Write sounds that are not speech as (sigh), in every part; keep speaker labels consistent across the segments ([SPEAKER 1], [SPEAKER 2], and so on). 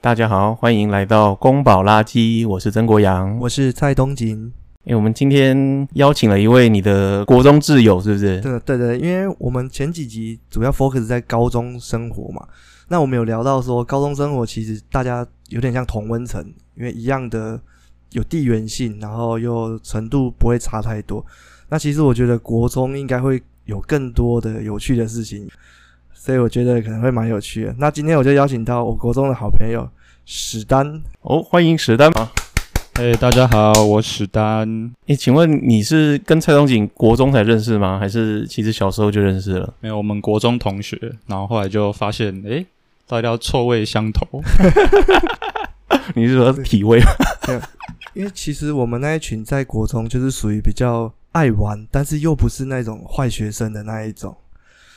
[SPEAKER 1] 大家好，欢迎来到宫保垃圾，我是曾国阳。
[SPEAKER 2] 我是蔡东锦。
[SPEAKER 1] 诶，我们今天邀请了一位你的国中挚友，是不是？
[SPEAKER 2] 对对对，因为我们前几集主要 focus 在高中生活嘛，那我们有聊到说，高中生活其实大家有点像同温层，因为一样的有地缘性，然后又程度不会差太多。那其实我觉得国中应该会有更多的有趣的事情，所以我觉得可能会蛮有趣的。那今天我就邀请到我国中的好朋友史丹，
[SPEAKER 1] 哦，欢迎史丹。
[SPEAKER 3] 嘿哎大家好，我史丹。
[SPEAKER 1] 诶，请问你是跟蔡东锦国中才认识吗？还是其实小时候就认识了？
[SPEAKER 3] 没有，我们国中同学，然后后来就发现，哎诶，大家臭味相投。 (laughs)
[SPEAKER 1] 你是说体味吗？
[SPEAKER 2] 因为其实我们那一群在国中就是属于比较爱玩，但是又不是那种坏学生的那一种。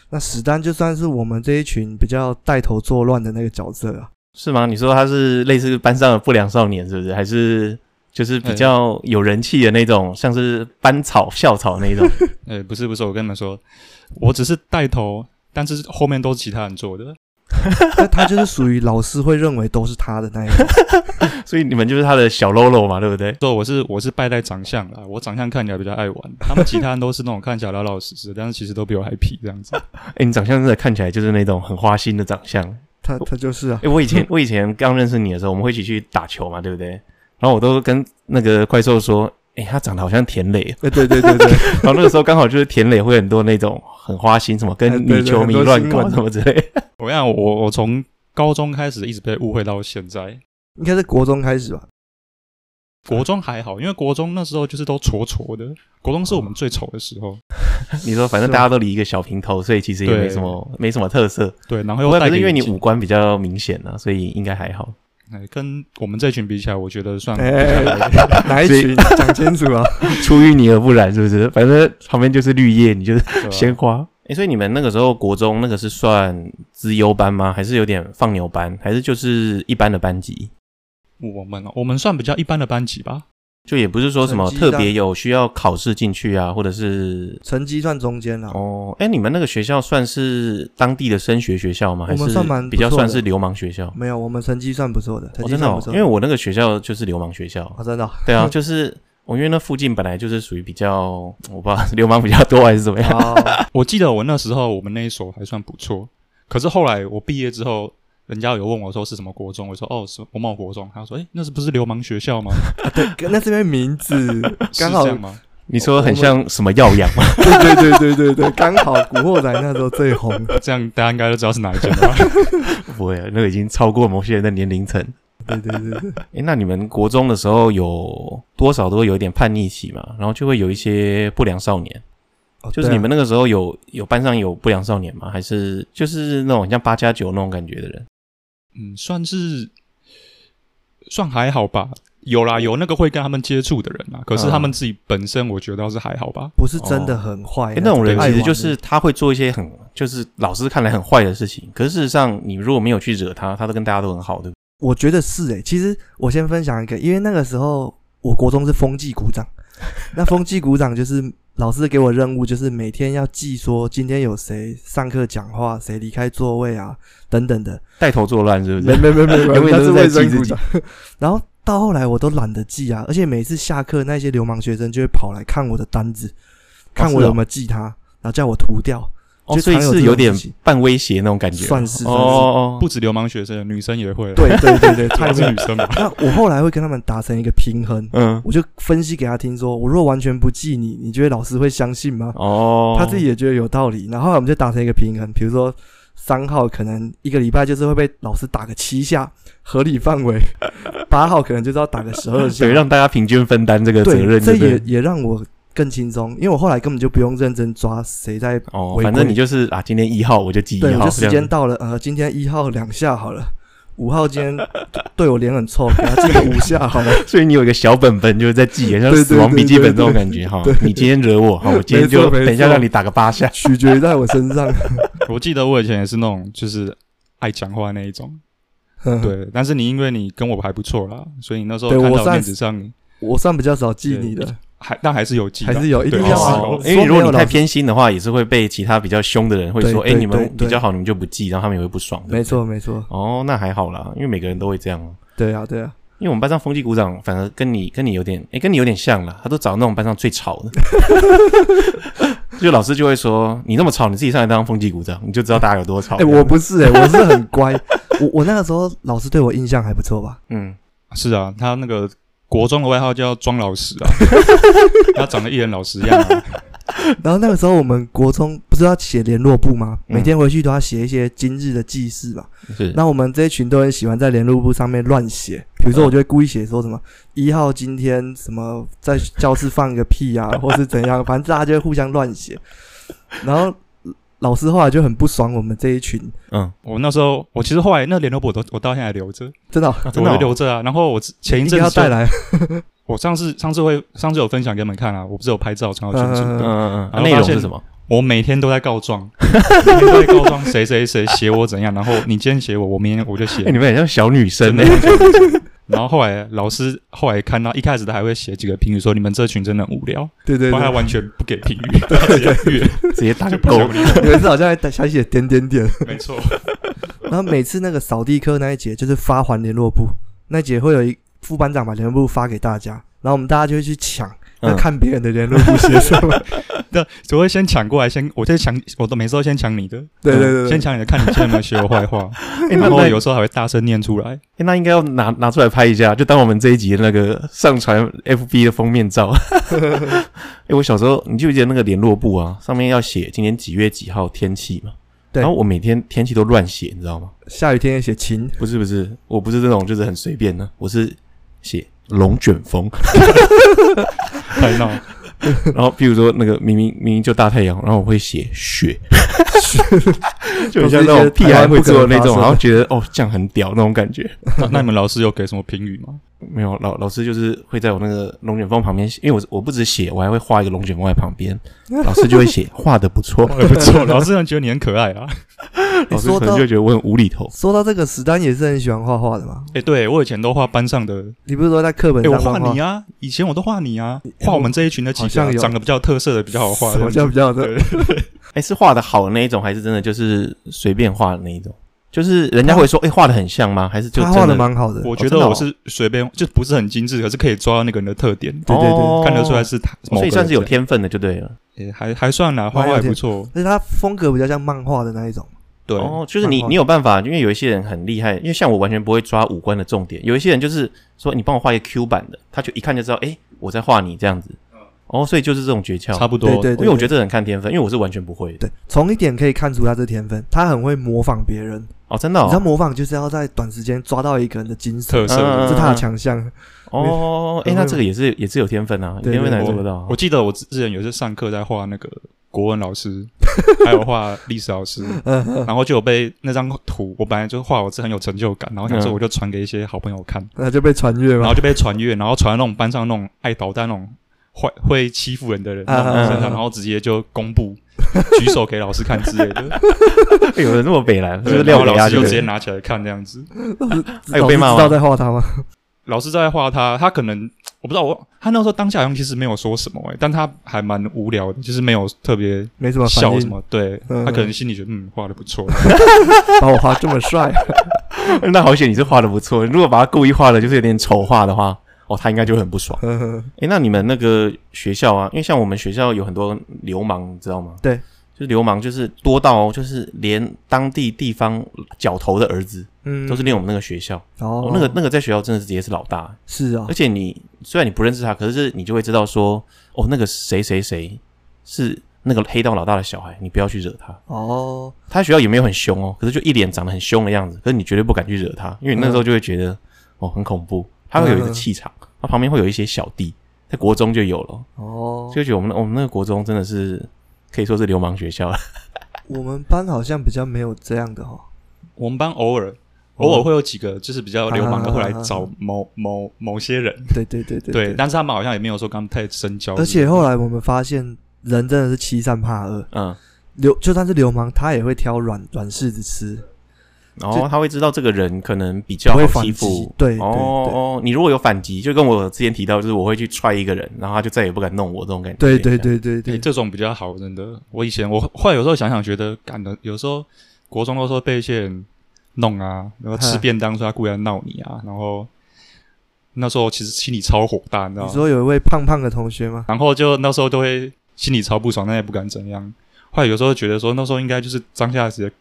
[SPEAKER 2] 那史丹就算是我们这一群比较带头作乱的那个角色
[SPEAKER 1] (laughs)
[SPEAKER 2] 啊，
[SPEAKER 1] 是吗？你说他是类似班上的不良少年，是不是？还是就是比较有人气的那 (laughs) 种，像是班草、校草那 (laughs) 种？
[SPEAKER 3] 诶，哎不是不是，我跟你们说，我只是带头，但是后面都是其他人做的。
[SPEAKER 2] 那他就是属于老师会认为都是他的那一种。
[SPEAKER 1] 所以你们就是他的小喽啰嘛，对不对？
[SPEAKER 3] 说我是我是败在长相啦，我长相看起来比较爱玩，他们其他人都是那种看起来老老实实， (laughs) 但是其实都比我还皮这样子。
[SPEAKER 1] 诶，你长相真的看起来就是那种很花心的长相。
[SPEAKER 2] 他他就是啊
[SPEAKER 1] 哎、，我以
[SPEAKER 2] (laughs)
[SPEAKER 1] 前我以前刚认识你的时候，我们会一起去打球嘛，对不对？然后我都跟那个怪兽说，哎、他长得好像田磊。
[SPEAKER 2] 哎、对对对对，
[SPEAKER 1] 然后那个时候刚好就是田磊会很多那种很花心，
[SPEAKER 2] (laughs)
[SPEAKER 1] 什么
[SPEAKER 2] 哎
[SPEAKER 1] 跟
[SPEAKER 2] 对对
[SPEAKER 1] 女球迷
[SPEAKER 2] 很多
[SPEAKER 1] 乱
[SPEAKER 2] 新
[SPEAKER 1] 搞
[SPEAKER 2] 闻
[SPEAKER 1] 什么之类的。
[SPEAKER 3] 我跟你讲，我我从高中开始一直被误会到现在。
[SPEAKER 2] 应该是国中开始吧。
[SPEAKER 3] 国中还好，因为国中那时候就是都矬矬的，国中是我们最丑的时候。
[SPEAKER 1] (laughs) 你说反正
[SPEAKER 2] 是
[SPEAKER 1] 大家都理一个小平头，所以其实也
[SPEAKER 3] 对
[SPEAKER 1] 没什么没什么特色。
[SPEAKER 3] 对，然后
[SPEAKER 1] 不
[SPEAKER 3] 又
[SPEAKER 1] 过
[SPEAKER 3] 戴
[SPEAKER 1] 可
[SPEAKER 3] 个
[SPEAKER 1] 是因为
[SPEAKER 3] 眼
[SPEAKER 1] 你
[SPEAKER 3] 镜
[SPEAKER 1] 五官比较明显啊，所以应该还好。
[SPEAKER 3] 哎跟我们这群比起来，我觉得算
[SPEAKER 2] 哎、哎哎哪一
[SPEAKER 1] 所以
[SPEAKER 2] 群讲清楚啊？
[SPEAKER 1] 出淤泥而不染，是不是？反正旁边就是绿叶，你就是
[SPEAKER 3] 对啊吧
[SPEAKER 1] 鲜
[SPEAKER 2] 啊
[SPEAKER 1] 花。哎、所以你们那个时候国中那个是算资优班吗？还是有点放牛班？还是就是一般的班级？
[SPEAKER 3] 我们哦我们算比较一般的班级吧。
[SPEAKER 1] 就也不是说什么
[SPEAKER 2] 成绩
[SPEAKER 1] 特
[SPEAKER 2] 单
[SPEAKER 1] 别有需要考试进去啊，或者是
[SPEAKER 2] 成绩算中间啊了、
[SPEAKER 1] 哦，哎，你们那个学校算是当地的升学学校吗？还
[SPEAKER 2] 我们
[SPEAKER 1] 是
[SPEAKER 2] 算蛮不
[SPEAKER 1] 比较
[SPEAKER 2] 错
[SPEAKER 1] 算
[SPEAKER 2] 的
[SPEAKER 1] 是流氓学校？
[SPEAKER 2] 没有，我们成绩算不错的，成
[SPEAKER 1] 哦，
[SPEAKER 2] 绩
[SPEAKER 1] 真的、
[SPEAKER 2] 算不
[SPEAKER 1] 哦，
[SPEAKER 2] 错
[SPEAKER 1] 因
[SPEAKER 2] 的、
[SPEAKER 1] 为我那个学校就是流氓学校。
[SPEAKER 2] 哦真
[SPEAKER 1] (laughs)
[SPEAKER 2] 的哦、
[SPEAKER 1] 对
[SPEAKER 2] (laughs)
[SPEAKER 1] 啊，就是我因为那附近本来就是属于比较，我不知道是流氓比较多还是怎么
[SPEAKER 2] (laughs)
[SPEAKER 1] 样。
[SPEAKER 2] 哦，
[SPEAKER 3] 我记得我那时候我们那一所还算不错，可是后来我毕业之后，人家有问我说是什么国中，我说哦是某某国中，他说诶，那是不是流氓学校吗？
[SPEAKER 2] 哦那是因为名字 (laughs)
[SPEAKER 3] 是
[SPEAKER 2] 刚好
[SPEAKER 3] 这
[SPEAKER 2] (laughs)
[SPEAKER 3] 样吗？
[SPEAKER 1] 你说很像什么耀阳吗？ (laughs)
[SPEAKER 2] 对对对对对对，刚好《古惑仔》那时候最红。
[SPEAKER 3] 这样大家应该都知道是哪一间了吧？ (laughs)
[SPEAKER 1] 不会啊，那个已经超过某些人的年龄层。
[SPEAKER 2] 对对对对，
[SPEAKER 1] 诶，那你们国中的时候有多少都会有一点叛逆期嘛？然后就会有一些不良少年。
[SPEAKER 2] 哦
[SPEAKER 1] 就是你们那个时候有有班上有不良少年吗？还是就是那种像八加九那种感觉的人？
[SPEAKER 3] 嗯，算是算还好吧。有啦，有那个会跟他们接触的人啦，可
[SPEAKER 2] 嗯
[SPEAKER 3] 是他们自己本身我觉得倒是还好吧。
[SPEAKER 2] 不是真的很坏、
[SPEAKER 1] 诶
[SPEAKER 2] 啊
[SPEAKER 1] 哦哎那种人
[SPEAKER 2] 爱
[SPEAKER 1] 其
[SPEAKER 2] 玩
[SPEAKER 1] 实
[SPEAKER 2] 的
[SPEAKER 1] 就是他会做一些很就是老师看来很坏的事情，可是事实上你如果没有去惹他，他都跟大家都很好，对不对？
[SPEAKER 2] 我觉得是诶、欸其实我先分享一个，因为那个时候我国中是风纪
[SPEAKER 1] (laughs)
[SPEAKER 2] 股长，那风纪股长就是老师给我任务，就是每天要记说今天有谁上课讲话，谁离开座位啊等等的。
[SPEAKER 1] 带头作乱是不
[SPEAKER 2] 没
[SPEAKER 1] 是？
[SPEAKER 2] 没没没没，
[SPEAKER 1] 永远
[SPEAKER 2] 他
[SPEAKER 1] 都是
[SPEAKER 2] 是
[SPEAKER 1] 在
[SPEAKER 2] 卫
[SPEAKER 1] 记
[SPEAKER 2] 生
[SPEAKER 1] 自
[SPEAKER 2] 股
[SPEAKER 1] 己
[SPEAKER 2] 长。 (laughs) 然后到后来我都懒得记啊，而且每次下课那些流氓学生就会跑来看我的单子，看我有没有记他，然后叫我涂掉，
[SPEAKER 1] 哦，
[SPEAKER 2] 就
[SPEAKER 1] 所以
[SPEAKER 2] 常有
[SPEAKER 1] 是
[SPEAKER 2] 这
[SPEAKER 1] 有
[SPEAKER 2] 种
[SPEAKER 1] 点
[SPEAKER 2] 事情
[SPEAKER 1] 半威胁那种感觉，
[SPEAKER 2] 算是
[SPEAKER 1] 哦
[SPEAKER 2] 算是
[SPEAKER 1] 哦哦，
[SPEAKER 3] 不止流氓学生，女生也会啦， (laughs)
[SPEAKER 2] 对对对对，
[SPEAKER 3] 主
[SPEAKER 2] (laughs) 太
[SPEAKER 3] 要
[SPEAKER 2] 没
[SPEAKER 3] 是
[SPEAKER 2] 有。
[SPEAKER 3] 女生吧。
[SPEAKER 2] 那我后来会跟他们达成一个平衡，
[SPEAKER 1] 嗯
[SPEAKER 2] 我就分析给他听说，我若完全不记你，你觉得老师会相信吗？
[SPEAKER 1] 哦，
[SPEAKER 2] 他自己也觉得有道理。然后后来我们就达成一个平衡，比如说三号可能一个礼拜就是会被老师打个七下，合理范围；八号可能就是要打个十二下
[SPEAKER 1] 对，。让大家平均分担这个责
[SPEAKER 2] 对，
[SPEAKER 1] 任，
[SPEAKER 2] 这
[SPEAKER 1] 对不对
[SPEAKER 2] 也也让我更轻松，因为我后来根本就不用认真抓谁在。
[SPEAKER 1] 哦，
[SPEAKER 2] 违
[SPEAKER 1] 反正
[SPEAKER 2] 规
[SPEAKER 1] 你就是啊，今天一号我就记一
[SPEAKER 2] 对，我
[SPEAKER 1] 号，
[SPEAKER 2] 就
[SPEAKER 1] 这
[SPEAKER 2] 时
[SPEAKER 1] 样
[SPEAKER 2] 间
[SPEAKER 1] 子。
[SPEAKER 2] 到了，呃，今天一号两下好了，五
[SPEAKER 1] (laughs)
[SPEAKER 2] 号今天对我脸很臭，给他记个五下好了。
[SPEAKER 1] 所以你有一个小本本就是在记，像
[SPEAKER 2] 对对
[SPEAKER 1] 死亡笔记本
[SPEAKER 2] 对对
[SPEAKER 1] 这种
[SPEAKER 2] 对
[SPEAKER 1] 感觉哈
[SPEAKER 2] 对。
[SPEAKER 1] 你今天惹我，哈，我今天
[SPEAKER 2] 没错
[SPEAKER 1] 就
[SPEAKER 2] 没
[SPEAKER 1] 等一下
[SPEAKER 2] 错
[SPEAKER 1] 让你打个八下。
[SPEAKER 2] 取决于在我身上。 (laughs)
[SPEAKER 3] 我记得我以前也是那种就是爱讲话那一种，
[SPEAKER 2] 对，
[SPEAKER 3] 对，但是你因为你跟我还不错啦，所以你那时
[SPEAKER 2] 嗯
[SPEAKER 3] 候
[SPEAKER 2] 对 (laughs)
[SPEAKER 3] 看
[SPEAKER 2] 我
[SPEAKER 3] 到
[SPEAKER 2] 算
[SPEAKER 3] 面子上，
[SPEAKER 2] 我算比较少记你的，
[SPEAKER 3] 还但还是有记的，
[SPEAKER 2] 还是有一定
[SPEAKER 3] 对
[SPEAKER 2] 要
[SPEAKER 3] 还
[SPEAKER 2] 啊
[SPEAKER 3] 是有
[SPEAKER 2] 说
[SPEAKER 1] 哦因为如果你
[SPEAKER 2] 没有
[SPEAKER 1] 太
[SPEAKER 2] 老师
[SPEAKER 1] 偏心的话，也是会被其他比较凶的人会说：“
[SPEAKER 2] 对
[SPEAKER 1] 哎，
[SPEAKER 2] 对
[SPEAKER 1] 你们
[SPEAKER 2] 对对
[SPEAKER 1] 比较好，你们就不记。”然后他们也会不爽。对不对
[SPEAKER 2] 没错，没错，
[SPEAKER 1] 哦，那还好啦，因为每个人都会这样啊。
[SPEAKER 2] 对啊，对啊，
[SPEAKER 1] 因为我们班上风纪股长反而跟你跟你有点，哎、跟你有点像啦。他都找那种班上最吵的，
[SPEAKER 2] (laughs)
[SPEAKER 1] 就老师就会说你那么吵，你自己上来当风纪股长，你就知道大家有多吵。
[SPEAKER 2] 哎、我不是哎、我是很乖，我我那个时候老师对我印象还不错吧？
[SPEAKER 1] 嗯，
[SPEAKER 3] 是啊，他那个国中的外号叫庄老
[SPEAKER 2] (laughs)
[SPEAKER 3] 师啊，他长得一脸老师样、啊。
[SPEAKER 2] 然后那个时候我们国中不是要写联络簿吗？
[SPEAKER 1] 嗯
[SPEAKER 2] 每天回去都要写一些今日的记事嘛。
[SPEAKER 1] 是
[SPEAKER 2] 那我们这一群都很喜欢在联络簿上面乱写，比如说
[SPEAKER 3] 嗯
[SPEAKER 2] 我就会故意写说什么一号今天什么在教室放个屁啊，或是怎样，反正大家就会互相乱写。然后老师后来就很不爽我们这一群，
[SPEAKER 1] 嗯，
[SPEAKER 3] 我那时候，我其实后来那联络簿我都我到现在还留着，
[SPEAKER 2] 真的哦、
[SPEAKER 1] 真的哦
[SPEAKER 3] 我就留着啊。然后我之前一
[SPEAKER 2] 一
[SPEAKER 3] 阵
[SPEAKER 2] 定
[SPEAKER 3] 子
[SPEAKER 2] 要带，
[SPEAKER 3] 就
[SPEAKER 2] 来。
[SPEAKER 3] 我上次上次会上次有分享给你们看啊，我不是有拍照传到群组，
[SPEAKER 1] 嗯嗯
[SPEAKER 2] 嗯
[SPEAKER 1] 嗯，
[SPEAKER 3] 然后
[SPEAKER 1] 内容
[SPEAKER 3] 发现
[SPEAKER 1] 是什么？
[SPEAKER 3] 我每天都在告状，每天都在告状谁谁谁写我怎样，然后你今天写我，我明天我就写
[SPEAKER 1] 哎、。你们很像小女生欸
[SPEAKER 3] 真
[SPEAKER 1] 呢、
[SPEAKER 3] 的。然后后来老师后来看到一开始他还会写几个评语说你们这群真的很无聊，
[SPEAKER 2] 对对
[SPEAKER 3] 后来他
[SPEAKER 2] 对，
[SPEAKER 3] 完全不给评语，
[SPEAKER 2] (laughs)
[SPEAKER 3] 他直接越
[SPEAKER 1] 直接打
[SPEAKER 3] (laughs) 就
[SPEAKER 1] 个
[SPEAKER 3] 不
[SPEAKER 1] 勾
[SPEAKER 3] 想。理我。
[SPEAKER 2] 有一次好像还还写点点点。
[SPEAKER 3] 没错，
[SPEAKER 2] 然后每次那个扫地课那一节就是发还联络簿，那节会有一副班长把联络簿发给大家，然后我们大家就会去抢，
[SPEAKER 1] 嗯
[SPEAKER 2] 要看别人的联络簿写什么。 (laughs)
[SPEAKER 3] 对，只会先抢过来，先我先抢，我都每次都先抢你的，嗯
[SPEAKER 2] 对对对对
[SPEAKER 3] 先抢你的，看你今天有没有学我坏
[SPEAKER 2] (laughs)
[SPEAKER 3] 话，
[SPEAKER 1] 哎、那
[SPEAKER 3] 然后
[SPEAKER 1] 那、
[SPEAKER 3] 有时候还会大声念出来。
[SPEAKER 1] 哎那应该要拿拿出来拍一下，就当我们这一集的那个上传 FB 的封面照。 (laughs) 哎、我小时候你记不记得那个联络簿啊？上面要写今天几月几号天气嘛？
[SPEAKER 2] 对
[SPEAKER 1] 然后我每天天气都乱写，你知道吗？
[SPEAKER 2] 下雨天也写晴，
[SPEAKER 1] 不是不是，我不是这种就是很随便的，我是写龙卷风。 (laughs)
[SPEAKER 2] (laughs)
[SPEAKER 3] 太闹，
[SPEAKER 1] 然后譬如说那个明明明明就大太阳，然后我会写雪， (laughs) 就很像那种屁孩会做的那种，然后觉得哦这样很屌那种感觉。
[SPEAKER 3] 那那你们老师有给什么评语
[SPEAKER 2] (laughs)
[SPEAKER 3] 吗？
[SPEAKER 1] 没有老老师就是会在我那个龙卷风旁边，因为我我不止写，我还会画一个龙卷风在旁
[SPEAKER 2] (laughs)
[SPEAKER 1] 边，老师就会写画的不错，
[SPEAKER 2] 哎
[SPEAKER 3] 也不错，老师很觉得你很可爱啊。
[SPEAKER 1] 老师
[SPEAKER 2] 说
[SPEAKER 1] 可能
[SPEAKER 2] 到
[SPEAKER 1] 就觉得我很无厘头。
[SPEAKER 2] 说到这个，史丹也是很喜欢画画的嘛。
[SPEAKER 3] 哎，对我以前都画班上的，
[SPEAKER 2] 你不是说在课本
[SPEAKER 3] 哎，我
[SPEAKER 2] 上乱
[SPEAKER 3] 画你啊，以前我都画你啊，画我们这一群的几
[SPEAKER 2] 好
[SPEAKER 3] 个
[SPEAKER 2] 像
[SPEAKER 3] 啊
[SPEAKER 2] 有
[SPEAKER 3] 长得比较有特色的比较好画
[SPEAKER 2] 什
[SPEAKER 3] 这
[SPEAKER 2] 么
[SPEAKER 3] 样
[SPEAKER 2] 叫
[SPEAKER 3] 子。
[SPEAKER 2] 比较的？
[SPEAKER 3] 对
[SPEAKER 1] 哎，是画的好的那一种，还是真的就是随便画的那一种？就是人家会说，哎，画的很像吗？还是就
[SPEAKER 2] 他
[SPEAKER 1] 真
[SPEAKER 2] 画的蛮好的，
[SPEAKER 3] 我觉
[SPEAKER 1] 真的
[SPEAKER 3] 得
[SPEAKER 1] 哦
[SPEAKER 3] 我是随便，就不是很精致，可是可以抓到那个人的特点，
[SPEAKER 2] 对对对
[SPEAKER 1] 哦
[SPEAKER 3] 看得出来是他，某
[SPEAKER 1] 所以
[SPEAKER 3] 个
[SPEAKER 1] 算是有
[SPEAKER 3] 人
[SPEAKER 1] 天分的就对了。
[SPEAKER 3] 这样，也还还算啦，画画也不错。
[SPEAKER 2] 而且他风格比较像漫画的那一种。
[SPEAKER 3] 对，
[SPEAKER 1] 哦，就是你
[SPEAKER 2] 蛮好的
[SPEAKER 1] 你有办法，因为有一些人很厉害，因为像我完全不会抓五官的重点，有一些人就是说你帮我画一个 Q 版的，他就一看就知道，哎、我在画你这样子。
[SPEAKER 3] 嗯
[SPEAKER 1] 哦，所以就是这种诀窍。
[SPEAKER 3] 差不多
[SPEAKER 2] 对。对
[SPEAKER 1] 因
[SPEAKER 2] 对，
[SPEAKER 1] 为我觉得
[SPEAKER 2] 得
[SPEAKER 1] 这很看天分，因为我是完全不会的。
[SPEAKER 2] 对，从一点可以看出他这天分，他很会模仿别人。
[SPEAKER 1] 哦，真的、
[SPEAKER 2] 你知
[SPEAKER 1] 哦。
[SPEAKER 2] 道模仿就是要在短时间抓到一个人的精
[SPEAKER 3] 特
[SPEAKER 2] 髓，
[SPEAKER 3] 色
[SPEAKER 1] 嗯
[SPEAKER 3] 的。
[SPEAKER 2] 这是他的强项。
[SPEAKER 1] 哦，哎、
[SPEAKER 2] 很会
[SPEAKER 1] 那这个也是也是有天分啊，有
[SPEAKER 2] 对
[SPEAKER 1] 天分
[SPEAKER 2] 对
[SPEAKER 1] 才做得到啊。
[SPEAKER 3] 我记得我之前有一次上课在画那个国文老师， (laughs) 还有画历史老师，
[SPEAKER 1] 嗯
[SPEAKER 3] 然后就有被那张图，我本来就画我是很有成就感，然后想说
[SPEAKER 1] 嗯
[SPEAKER 3] 我就传给一些好朋友看，
[SPEAKER 2] 那就被传阅
[SPEAKER 3] 然
[SPEAKER 2] 嘛
[SPEAKER 3] 后。就被传阅，然后传到那种班上那种爱捣蛋那种坏会欺负人的人那种人身
[SPEAKER 1] 啊啊啊
[SPEAKER 3] 上，
[SPEAKER 1] 啊
[SPEAKER 3] 然后直接就公布举手给老师看之类的，
[SPEAKER 1] (laughs) 哎有人那么北蓝，就
[SPEAKER 3] 对
[SPEAKER 1] 是
[SPEAKER 3] 然
[SPEAKER 1] 廖
[SPEAKER 3] 后
[SPEAKER 2] 啊
[SPEAKER 1] 伟
[SPEAKER 3] 老
[SPEAKER 1] 亚
[SPEAKER 3] 师就
[SPEAKER 1] 对
[SPEAKER 3] 直
[SPEAKER 1] 不
[SPEAKER 3] 接
[SPEAKER 1] 对
[SPEAKER 3] 拿起来看这样子。
[SPEAKER 1] 还
[SPEAKER 3] 哎
[SPEAKER 1] 有被骂吗
[SPEAKER 2] 老师知道在画他吗？
[SPEAKER 3] 老师在画他，他可能我不知道我他那时候当下好像其实没有说什么、欸，但他还蛮无聊的，就是没有特别
[SPEAKER 2] 没什么反
[SPEAKER 3] 笑什
[SPEAKER 2] 应，
[SPEAKER 3] 么，对
[SPEAKER 2] 嗯
[SPEAKER 3] 他可能心里觉得嗯画的不
[SPEAKER 2] (laughs)
[SPEAKER 3] 错，
[SPEAKER 2] 把我画这么
[SPEAKER 3] (laughs)
[SPEAKER 2] 帅，
[SPEAKER 1] (laughs) 那好险，你是画的不错。如果把他故意画的就是有点丑化的话，哦，他应该就会很不爽。
[SPEAKER 2] 呵呵
[SPEAKER 1] 哎、那你们那个学校啊，因为像我们学校有很多流氓，你知道吗？
[SPEAKER 2] 对，
[SPEAKER 1] 就是流氓，就是多到哦就是连当地地方角头的儿子
[SPEAKER 2] 嗯，
[SPEAKER 1] 都是念我们那个学校。
[SPEAKER 2] 哦
[SPEAKER 1] 哦，那个那个在学校真的是直接是老大，
[SPEAKER 2] 是啊
[SPEAKER 3] 哎
[SPEAKER 1] 而，且你虽然你不认识他，可是你就会知道说，哦，那个谁谁谁是那个黑道老大的小孩，你不要去惹他。
[SPEAKER 2] 哦，
[SPEAKER 1] 他学校也没有很凶哦，可是就一脸长得很凶的样子，可是你绝对不敢去惹他，因为你那时候就会觉得、哦很恐怖。他会有一个
[SPEAKER 2] 嗯
[SPEAKER 1] 气场，他旁边会有一些小弟，在国中就有了，
[SPEAKER 2] 哦，
[SPEAKER 1] 就觉得我们我们那个国中真的是可以说是流氓学校了。
[SPEAKER 2] 我们班好像比较没有这样的哈、
[SPEAKER 3] 我们班偶尔
[SPEAKER 2] 偶
[SPEAKER 3] 偶
[SPEAKER 2] 尔
[SPEAKER 3] 尔会有几个就是比较流氓的
[SPEAKER 2] 啊
[SPEAKER 3] 会来找某某某些人，
[SPEAKER 2] 对对对对
[SPEAKER 3] 对，但是他们好像也没有说跟他们太深交，
[SPEAKER 2] 而且后来我们发现，人真的是欺善怕恶，
[SPEAKER 1] 嗯，
[SPEAKER 2] 流就算是流氓，他也会挑软软柿子吃。
[SPEAKER 1] (laughs) 然后他会知道这个人可能比较
[SPEAKER 2] 不
[SPEAKER 1] 好
[SPEAKER 2] 会反
[SPEAKER 1] 欺
[SPEAKER 2] 击
[SPEAKER 1] 负。
[SPEAKER 2] 对对
[SPEAKER 1] 哦哦，你如果有反击，就跟我之前提到，就是我会去踹一个人，然后他就再也不敢弄我这种感觉。
[SPEAKER 2] 对对对对
[SPEAKER 3] 对、
[SPEAKER 1] 哎
[SPEAKER 2] 对，
[SPEAKER 3] 这种比较好，真的。我以前我后来有时候想想，觉得干的，有时候国中的时候被一些人弄啊，然后吃
[SPEAKER 2] 嗨
[SPEAKER 3] 便当说他故意来闹你啊，然后那时候其实心里超火大，你知道
[SPEAKER 2] 你
[SPEAKER 3] 吗？
[SPEAKER 2] 说有一位胖胖的同
[SPEAKER 1] (laughs)
[SPEAKER 2] 学吗？
[SPEAKER 3] 然后就那时候都会心里超不爽，但也不敢怎样。后来有时候觉得说，那时候应该就是当下直接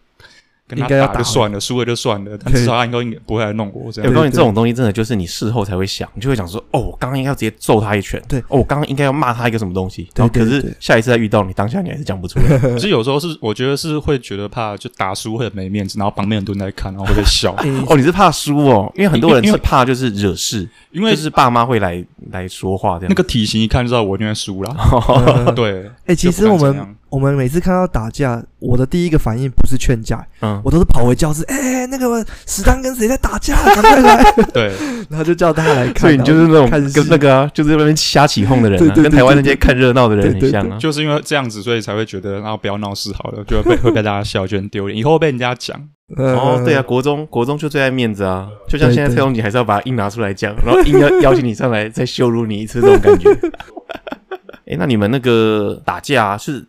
[SPEAKER 3] 跟他
[SPEAKER 2] 应该要打
[SPEAKER 3] 就算了，输了就算了，但至少他应该应该不会来弄我这
[SPEAKER 1] 有
[SPEAKER 3] 样。
[SPEAKER 1] 告诉你，
[SPEAKER 2] 对对
[SPEAKER 1] 这种东西真的就是你事后才会想，你就会想说，哦，我刚刚应该要直接揍他一拳，
[SPEAKER 2] 对
[SPEAKER 1] 哦，我刚刚应该要骂他一个什么东西，
[SPEAKER 2] 对
[SPEAKER 1] 然后可
[SPEAKER 2] 对
[SPEAKER 1] 是
[SPEAKER 2] 对，
[SPEAKER 1] 下一次再遇到你，当下你还是讲不出 (laughs) 来。
[SPEAKER 3] 可是有时候是我觉得是会觉得怕，就打输会很没面子，然后旁边很多人在看，然后会被笑
[SPEAKER 2] (laughs) 你
[SPEAKER 1] 哦，你是怕输哦，因为很多人
[SPEAKER 3] 因
[SPEAKER 1] 是
[SPEAKER 3] 为
[SPEAKER 1] 怕就是惹事，
[SPEAKER 3] 因
[SPEAKER 1] 就
[SPEAKER 3] 为
[SPEAKER 1] 是爸妈会来来说话这样。
[SPEAKER 3] 那个体型一看就知道我一定会输
[SPEAKER 2] (laughs)
[SPEAKER 3] 啦。
[SPEAKER 1] 哦
[SPEAKER 2] 呃
[SPEAKER 3] 对，
[SPEAKER 2] 哎，其实
[SPEAKER 3] 就
[SPEAKER 2] 我
[SPEAKER 3] 不敢怎
[SPEAKER 2] 们 (laughs)
[SPEAKER 3] 样
[SPEAKER 2] 我们每次看到打架，我的第一个反应不是劝架，
[SPEAKER 1] (laughs) (laughs) 嗯，
[SPEAKER 2] 我都是跑回教室，哎，那个史丹跟谁在打
[SPEAKER 1] (laughs)
[SPEAKER 2] 架，赶快来，
[SPEAKER 3] 对，
[SPEAKER 2] 然后就叫大家来看。
[SPEAKER 1] 所以你就是那种
[SPEAKER 2] 看戏
[SPEAKER 1] 跟那个啊，就是在那边瞎起哄的人
[SPEAKER 2] 对
[SPEAKER 1] 啊，
[SPEAKER 2] 对对
[SPEAKER 1] 跟台湾那些看热闹的人
[SPEAKER 2] 对
[SPEAKER 1] 很
[SPEAKER 2] 对
[SPEAKER 1] 像啊。
[SPEAKER 3] 就是因为这样子，所以才会觉得，然啊后不要闹事好了，就会被会被大家笑，就很丢脸，以后被人家讲。
[SPEAKER 2] 呃
[SPEAKER 1] 哦，对啊，，国中国中就最爱面子啊，就像
[SPEAKER 2] 对
[SPEAKER 1] 现在
[SPEAKER 2] 对
[SPEAKER 1] 蔡永你还是要把它硬拿出来讲，然后硬要邀请你上来再羞辱你一次，这种感觉。 (laughs) 哎、那你们那个打架、啊、是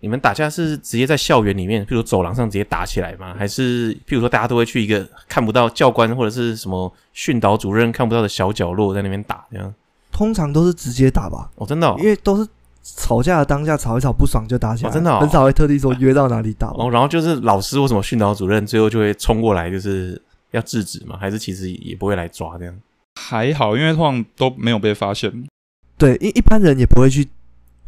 [SPEAKER 1] 你们打架是直接在校园里面，譬如走廊上直接打起来吗？还是譬如说大家都会去一个看不到教官或者是什么训导主任看不到的小角落在那边打这样？
[SPEAKER 2] 通常都是直接打吧，
[SPEAKER 1] 哦，真的、哦
[SPEAKER 2] 因，为都是吵架的当下吵一吵不爽就打起来，
[SPEAKER 1] 哦真的哦
[SPEAKER 2] 很少会特地说约到哪里打。
[SPEAKER 1] 哦，然后就是老师或什么训导主任最后就会冲过来，就是要制止嘛？还是其实也不会来抓这样？
[SPEAKER 3] 还好，因为通常都没有被发现。
[SPEAKER 2] 对，一一般人也不会去，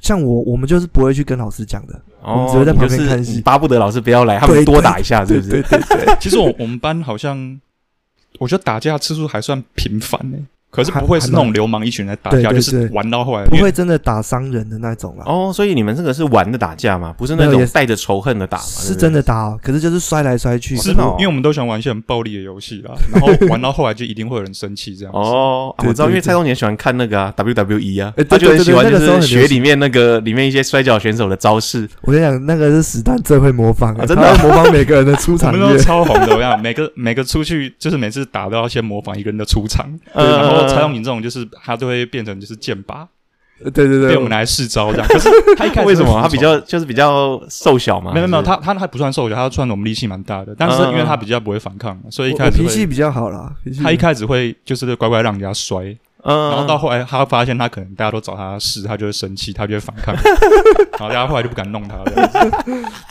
[SPEAKER 2] 像我，我们就是不会去跟老师讲的。我
[SPEAKER 1] 哦，
[SPEAKER 2] 们只会在旁边
[SPEAKER 1] 你就是
[SPEAKER 2] 看戏
[SPEAKER 1] 你巴不得老师不要来，他们
[SPEAKER 2] 对
[SPEAKER 1] 多打一下，是
[SPEAKER 2] 对
[SPEAKER 1] 不是
[SPEAKER 2] 对？对对，
[SPEAKER 3] 其实我我们班好像，我觉得打架次数还算频繁呢、可是不会是那种流氓一群人在打架，
[SPEAKER 2] 还还蛮
[SPEAKER 3] 就是
[SPEAKER 2] 对对对
[SPEAKER 3] 玩到后来
[SPEAKER 2] 不
[SPEAKER 3] 呃因为
[SPEAKER 2] 会真的打伤人的那种啦。
[SPEAKER 1] (laughs) 哦，所以你们这个是玩的打架嘛，不是那
[SPEAKER 2] 没有
[SPEAKER 1] 种
[SPEAKER 2] 也是
[SPEAKER 1] 带着仇恨的打嘛？
[SPEAKER 2] 是
[SPEAKER 1] 对不对
[SPEAKER 2] 真的打哦，可是就是摔来摔去。
[SPEAKER 1] 哦
[SPEAKER 3] 是
[SPEAKER 1] 真的哦
[SPEAKER 3] 因为我们都喜欢玩一些很暴力的游戏啦，然后玩到后来就一定会有人生气这样子。
[SPEAKER 1] 哦，啊
[SPEAKER 2] 对
[SPEAKER 1] 我知道，
[SPEAKER 2] 对
[SPEAKER 1] 因为
[SPEAKER 2] 对
[SPEAKER 1] 蔡东也喜欢看那个啊 WWE 啊
[SPEAKER 2] 哎，对
[SPEAKER 1] 他就很喜欢就
[SPEAKER 2] 对对对那个时
[SPEAKER 1] 是
[SPEAKER 2] 候很流行
[SPEAKER 1] 学里面那个里面一些摔跤选手的招式，
[SPEAKER 2] 我跟你讲，那个是史丹最会模仿
[SPEAKER 1] 啊
[SPEAKER 2] 的，
[SPEAKER 1] 真的
[SPEAKER 2] 他会模仿每个人的出
[SPEAKER 3] (laughs) 我
[SPEAKER 2] 场
[SPEAKER 3] 们都
[SPEAKER 2] 乐。
[SPEAKER 3] 超红的，我想每个每个出去就是每次打都要先模仿一个人的出场，
[SPEAKER 1] 嗯
[SPEAKER 3] 然后蔡
[SPEAKER 1] 嗯
[SPEAKER 3] 永你这种就是他都会变成就是剑拔，
[SPEAKER 2] (laughs) 对对
[SPEAKER 3] 被我
[SPEAKER 2] 对
[SPEAKER 3] 们，拿来试招这样。
[SPEAKER 1] (laughs)
[SPEAKER 3] 可是他一开始
[SPEAKER 1] 为什么他
[SPEAKER 3] 会服
[SPEAKER 1] 比
[SPEAKER 3] 从
[SPEAKER 1] 较就是比较瘦小嘛？
[SPEAKER 3] 没有没有，
[SPEAKER 1] 还是嗯
[SPEAKER 3] 他他还不算瘦小，他算我们力气蛮大的，但是因为他比较不会反抗，所以一
[SPEAKER 2] 我
[SPEAKER 3] 开
[SPEAKER 2] 我
[SPEAKER 3] 始
[SPEAKER 2] 脾气
[SPEAKER 3] 会
[SPEAKER 2] 比较好啦。脾气
[SPEAKER 3] 他一开始会就是乖乖让人家摔，
[SPEAKER 1] 嗯，
[SPEAKER 3] 然后到后来他发现他可能大家都找他试，他就会生气，他就会反
[SPEAKER 1] (laughs)
[SPEAKER 3] 抗，然后大家后来就不敢弄他了。